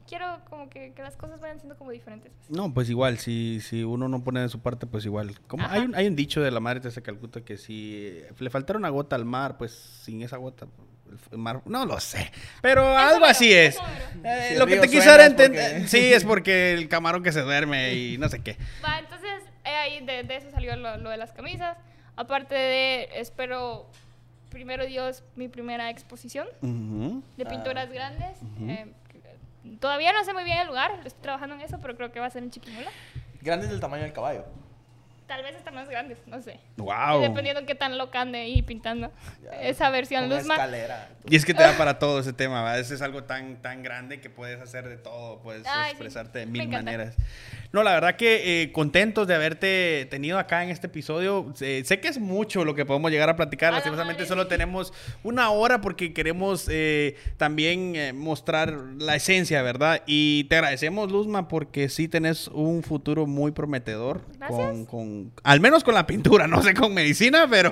Speaker 3: quiero como que, que las cosas vayan siendo como diferentes. pues.
Speaker 1: No, pues igual, si, si uno no pone de su parte, pues igual. Como hay, un, hay un dicho de la madre de Calcuta que si eh, le faltara una gota al mar, pues sin esa gota, el f- el mar. No lo sé. Pero algo
Speaker 3: mero,
Speaker 1: así es.
Speaker 3: eso mero.
Speaker 1: Eh,
Speaker 2: Si el
Speaker 1: lo que
Speaker 2: río
Speaker 1: te
Speaker 2: suena
Speaker 1: quisiera
Speaker 2: es porque-
Speaker 1: entender. Sí, es porque el camarón que se duerme y no sé qué.
Speaker 3: Va, entonces eh, ahí de, de eso salió lo, lo de las camisas. Aparte de, espero, primero Dios, mi primera exposición
Speaker 1: Ujú.
Speaker 3: de
Speaker 2: Ah.
Speaker 3: pinturas grandes. Eh, todavía no sé muy bien el lugar, estoy trabajando en eso, pero creo que va a ser en Chiquimula.
Speaker 2: Grande es del tamaño del caballo.
Speaker 3: Tal vez hasta más grandes, no sé.
Speaker 1: Wow.
Speaker 3: Dependiendo qué tan loca ande ahí pintando.
Speaker 2: Ya,
Speaker 3: Esa versión
Speaker 2: con una
Speaker 3: luz más.
Speaker 2: escalera.
Speaker 1: Y es que te da para todo ese tema, ¿va? Ese es algo tan, tan grande que puedes hacer de todo, puedes
Speaker 3: Ay, sí.
Speaker 1: expresarte de
Speaker 3: Me
Speaker 1: mil
Speaker 3: encanta.
Speaker 1: maneras. No, la verdad que eh, contentos de haberte tenido acá en este episodio. Eh, sé que es mucho lo que podemos llegar a platicar,
Speaker 3: A la
Speaker 1: lastimosamente
Speaker 3: madre,
Speaker 1: solo
Speaker 3: sí.
Speaker 1: tenemos una hora porque queremos eh, también eh, mostrar la esencia, ¿verdad? Y te agradecemos, Luzma, porque sí tenés un futuro muy prometedor.
Speaker 3: Gracias.
Speaker 1: Con, con- al menos con la pintura, no sé con medicina, pero...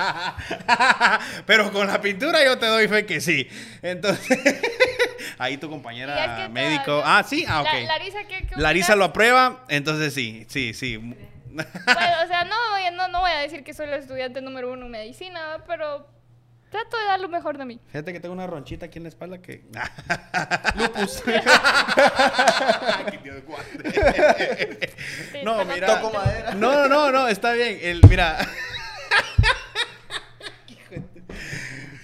Speaker 1: pero con la pintura yo te doy fe que sí. Entonces, ahí tu
Speaker 3: Y es
Speaker 1: compañera
Speaker 3: que
Speaker 1: médico...
Speaker 3: todavía-
Speaker 1: Ah, sí, ah, ok.
Speaker 3: La- Larisa, ¿qué- qué
Speaker 1: Larisa lo
Speaker 3: opinas?
Speaker 1: aprueba, entonces sí, sí, sí.
Speaker 3: Pues, Bueno, o sea, no voy, a- no, no voy a decir que soy la estudiante número uno en medicina, pero Trato de dar lo mejor de mí.
Speaker 1: Fíjate que tengo una ronchita aquí en la espalda que. ah,
Speaker 2: Lupus.
Speaker 1: Ay, Dios guarde.
Speaker 3: Sí,
Speaker 1: No,
Speaker 3: perdón,
Speaker 1: mira.
Speaker 3: perdón,
Speaker 2: Toco
Speaker 3: perdón.
Speaker 2: madera.
Speaker 1: No, no, no, está bien. El, mira.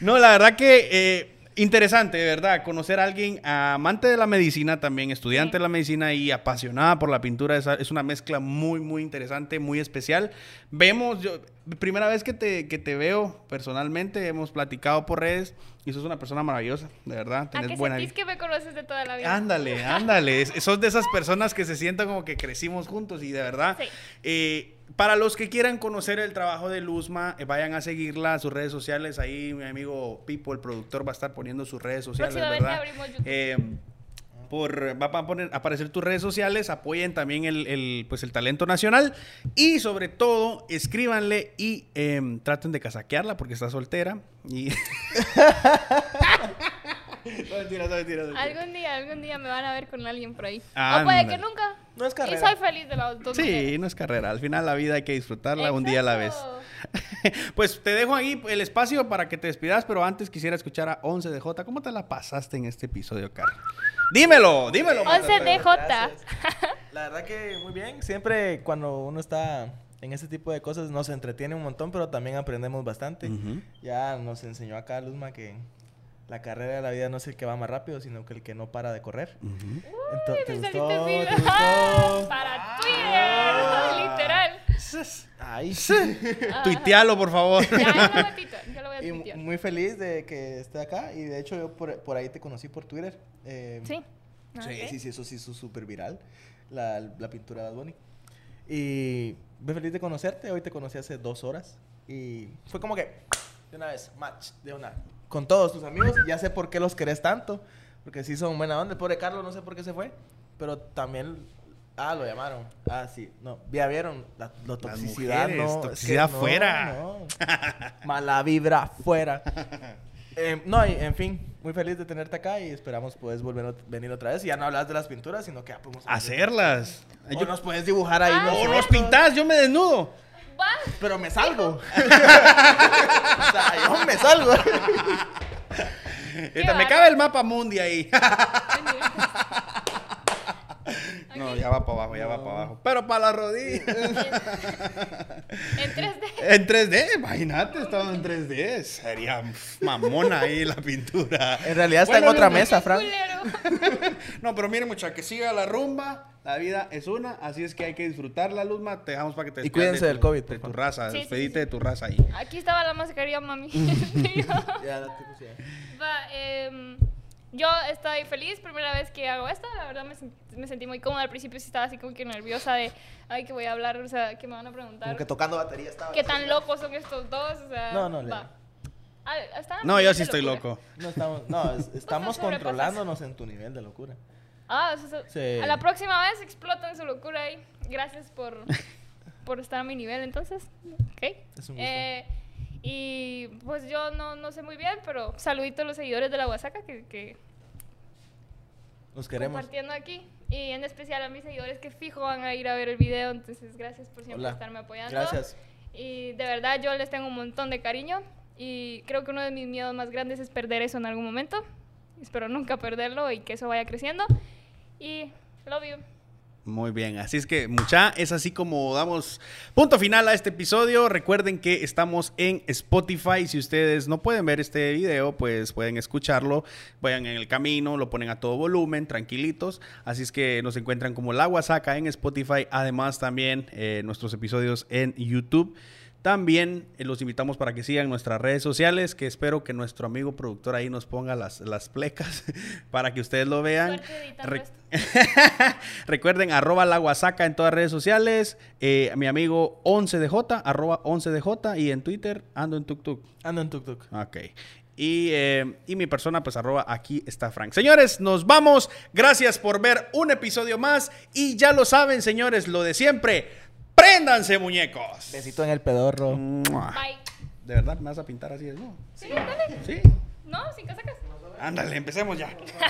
Speaker 1: No, la verdad que eh, interesante, de verdad, conocer a alguien amante de la medicina también, estudiante de
Speaker 3: Sí.
Speaker 1: la medicina y apasionada por la pintura. Es, es una mezcla muy, muy interesante, muy especial. Vemos, yo, primera vez que te, que te veo personalmente, hemos platicado por redes y sos una persona maravillosa, de verdad.
Speaker 3: ¿A qué
Speaker 1: Tenés buena
Speaker 3: sentís que me conoces de toda la vida?
Speaker 1: Ándale, ándale. Es- Sos de esas personas que se sientan como que crecimos juntos y de verdad.
Speaker 3: Sí.
Speaker 1: eh, para los que quieran conocer el trabajo de Luzma, eh, vayan a seguirla a sus redes sociales. Ahí mi amigo Pipo, el productor, va a estar poniendo sus redes sociales,
Speaker 3: Próximamente
Speaker 1: ¿verdad?
Speaker 3: abrimos YouTube.
Speaker 1: Eh, por, va a poner, aparecer tus redes sociales, apoyen también el, el, pues el talento nacional y sobre todo escríbanle y em, traten de casaquearla porque está soltera. Y... No, mentira, no, mentira, no, mentira.
Speaker 3: Algún día, algún día me van a ver con alguien por ahí.
Speaker 1: Ándale.
Speaker 3: O puede que nunca.
Speaker 2: No es
Speaker 3: Y
Speaker 2: carrera.
Speaker 3: soy feliz de las dos
Speaker 1: Sí,
Speaker 3: maneras.
Speaker 1: no es carrera. Al final la vida hay que disfrutarla un día a la vez.
Speaker 3: Exacto.
Speaker 1: Pues te dejo ahí el espacio para que te despidas, pero antes quisiera escuchar a 11DJ. ¿Cómo te la pasaste en este episodio, Carlos? Dímelo, dímelo.
Speaker 3: Once
Speaker 1: Matatán.
Speaker 3: de- DJ.
Speaker 2: Gracias. La verdad que muy bien. Siempre cuando uno está en este tipo de cosas nos entretiene un montón, pero también aprendemos bastante.
Speaker 1: Ujú.
Speaker 2: Ya nos enseñó acá Luzma que la carrera de la vida no es el que va más rápido, sino que el que no para de correr.
Speaker 1: Ujú.
Speaker 2: Entonces,
Speaker 3: Uy,
Speaker 2: ¿te
Speaker 3: me
Speaker 2: gustó?
Speaker 3: saliste
Speaker 2: ¿Te
Speaker 3: bien.
Speaker 2: gustó?
Speaker 3: Para
Speaker 1: Ah.
Speaker 3: Twitter, literal. Ah,
Speaker 2: Ay,
Speaker 1: Tuitealo, por favor.
Speaker 3: Ya, yo lo voy a tuitear, yo lo voy a
Speaker 2: Y mu-
Speaker 3: tuitear.
Speaker 2: muy feliz de que esté acá. Y de hecho, yo por, por ahí te conocí por Twitter. Eh,
Speaker 3: Sí. Ah,
Speaker 2: Sí,
Speaker 1: ¿Eh?
Speaker 3: ok.
Speaker 2: sí, sí, eso sí hizo súper viral. La, la pintura de Bad Bunny. Y muy feliz de conocerte. Hoy te conocí hace dos horas. Y fue como que de una vez, match, de una. Con todos tus amigos. Ya sé por qué los querés tanto. Porque sí son buena onda. El pobre Carlos, no sé por qué se fue. Pero también. Ah, lo llamaron. Ah, sí. No, ya vieron la, la toxicidad.
Speaker 1: mujeres,
Speaker 2: no, es que
Speaker 1: toxicidad
Speaker 2: no,
Speaker 1: fuera.
Speaker 2: no. Mala vibra fuera. Em, no, y, en fin, muy feliz de tenerte acá y esperamos puedes volver a venir otra vez. Y ya no hablas de las pinturas, sino que ya podemos hablar de-
Speaker 1: Hacerlas.
Speaker 2: O
Speaker 1: Yo-
Speaker 2: nos puedes dibujar ahí.
Speaker 3: Ah,
Speaker 1: o
Speaker 2: nosotros,
Speaker 1: nos pintás, yo me desnudo.
Speaker 3: Va.
Speaker 2: Pero me salgo. o sea, yo me salgo.
Speaker 1: Ahorita me
Speaker 3: bárbaro.
Speaker 1: Eh, cabe el mapa mundi ahí. No,
Speaker 3: Ok.
Speaker 1: ya va para abajo, ya va para abajo. Pero para la rodilla.
Speaker 3: En 3D.
Speaker 1: En 3D, imagínate, estaba en 3D. Sería mamona ahí la pintura.
Speaker 2: En realidad está en
Speaker 1: Bueno,
Speaker 2: otra
Speaker 1: bien,
Speaker 2: mesa, Frank.
Speaker 3: Culero.
Speaker 1: No, pero miren, muchachos, que siga la rumba. La vida es una, así es que hay que disfrutarla, Luzma. Te dejamos para que te
Speaker 2: Y
Speaker 1: despidas
Speaker 2: cuídense
Speaker 1: de
Speaker 2: del
Speaker 1: tu-
Speaker 2: COVID,
Speaker 1: De
Speaker 2: por
Speaker 1: tu
Speaker 2: favor.
Speaker 1: raza,
Speaker 3: Sí, sí,
Speaker 1: despedite
Speaker 3: sí.
Speaker 1: de tu raza ahí.
Speaker 3: Aquí estaba la mascarilla, mami.
Speaker 2: Ya, date, pues, ya.
Speaker 3: Va, em, yo estoy feliz, primera vez que hago esto, la verdad me, sen- me sentí muy cómoda, al principio sí estaba así como que nerviosa de, ay, que voy a hablar, o sea, que me van a preguntar,
Speaker 2: Como que tocando batería estaba.
Speaker 3: qué tan locos son estos dos, o sea,
Speaker 2: No, no, le-
Speaker 3: va. A ver, están a
Speaker 1: No, yo
Speaker 3: mi nivel
Speaker 1: sí
Speaker 3: de
Speaker 1: estoy
Speaker 3: locura.
Speaker 1: loco.
Speaker 2: No estamos, no, es- estamos
Speaker 3: te sobrepasas.
Speaker 2: controlándonos en tu nivel de locura.
Speaker 3: Ah, o sea, so-
Speaker 2: Sí.
Speaker 3: a la próxima vez explotan su locura ahí, gracias por, por estar a mi nivel, entonces, ok.
Speaker 2: Es un gusto.
Speaker 3: Eh, y pues yo no, no sé muy bien, pero saludito a los seguidores de la Huasaca que- que
Speaker 2: Nos queremos.
Speaker 3: compartiendo aquí. Y en especial a mis seguidores que fijo van a ir a ver el video. Entonces, gracias por siempre
Speaker 2: Hola.
Speaker 3: estarme apoyando.
Speaker 2: Gracias.
Speaker 3: Y de verdad, yo les tengo un montón de cariño. Y creo que uno de mis miedos más grandes es perder eso en algún momento. Espero nunca perderlo y que eso vaya creciendo. Y love you.
Speaker 1: Muy bien, así es que mucha, es así como damos punto final a este episodio. Recuerden que estamos en Spotify. Si ustedes no pueden ver este video, pues pueden escucharlo. Vayan en el camino, lo ponen a todo volumen, tranquilitos. Así es que nos encuentran como La Guasaca en Spotify. Además también eh, nuestros episodios en YouTube. También eh, los invitamos para que sigan nuestras redes sociales, que espero que nuestro amigo productor ahí nos ponga las, las plecas para que ustedes lo vean.
Speaker 3: Suerte editando
Speaker 1: Re-
Speaker 3: esto.
Speaker 1: Recuerden, arroba la guasaca en todas redes sociales. Eh, mi amigo 11DJ, arroba 11DJ. Y en Twitter ando en TukTuk.
Speaker 2: Ando en tuk tuk.
Speaker 1: Ok. Y, eh, y mi persona, pues arroba aquí está Frank. Señores, nos vamos. Gracias por ver un episodio más. Y ya lo saben, señores, lo de siempre. Préndanse, muñecos.
Speaker 2: Besito en el pedorro.
Speaker 1: Mua.
Speaker 3: Bye.
Speaker 1: ¿De verdad me vas a pintar así de nuevo?
Speaker 3: Sí, dale.
Speaker 1: Sí.
Speaker 3: No, sin casacas.
Speaker 1: Ándale, empecemos ya.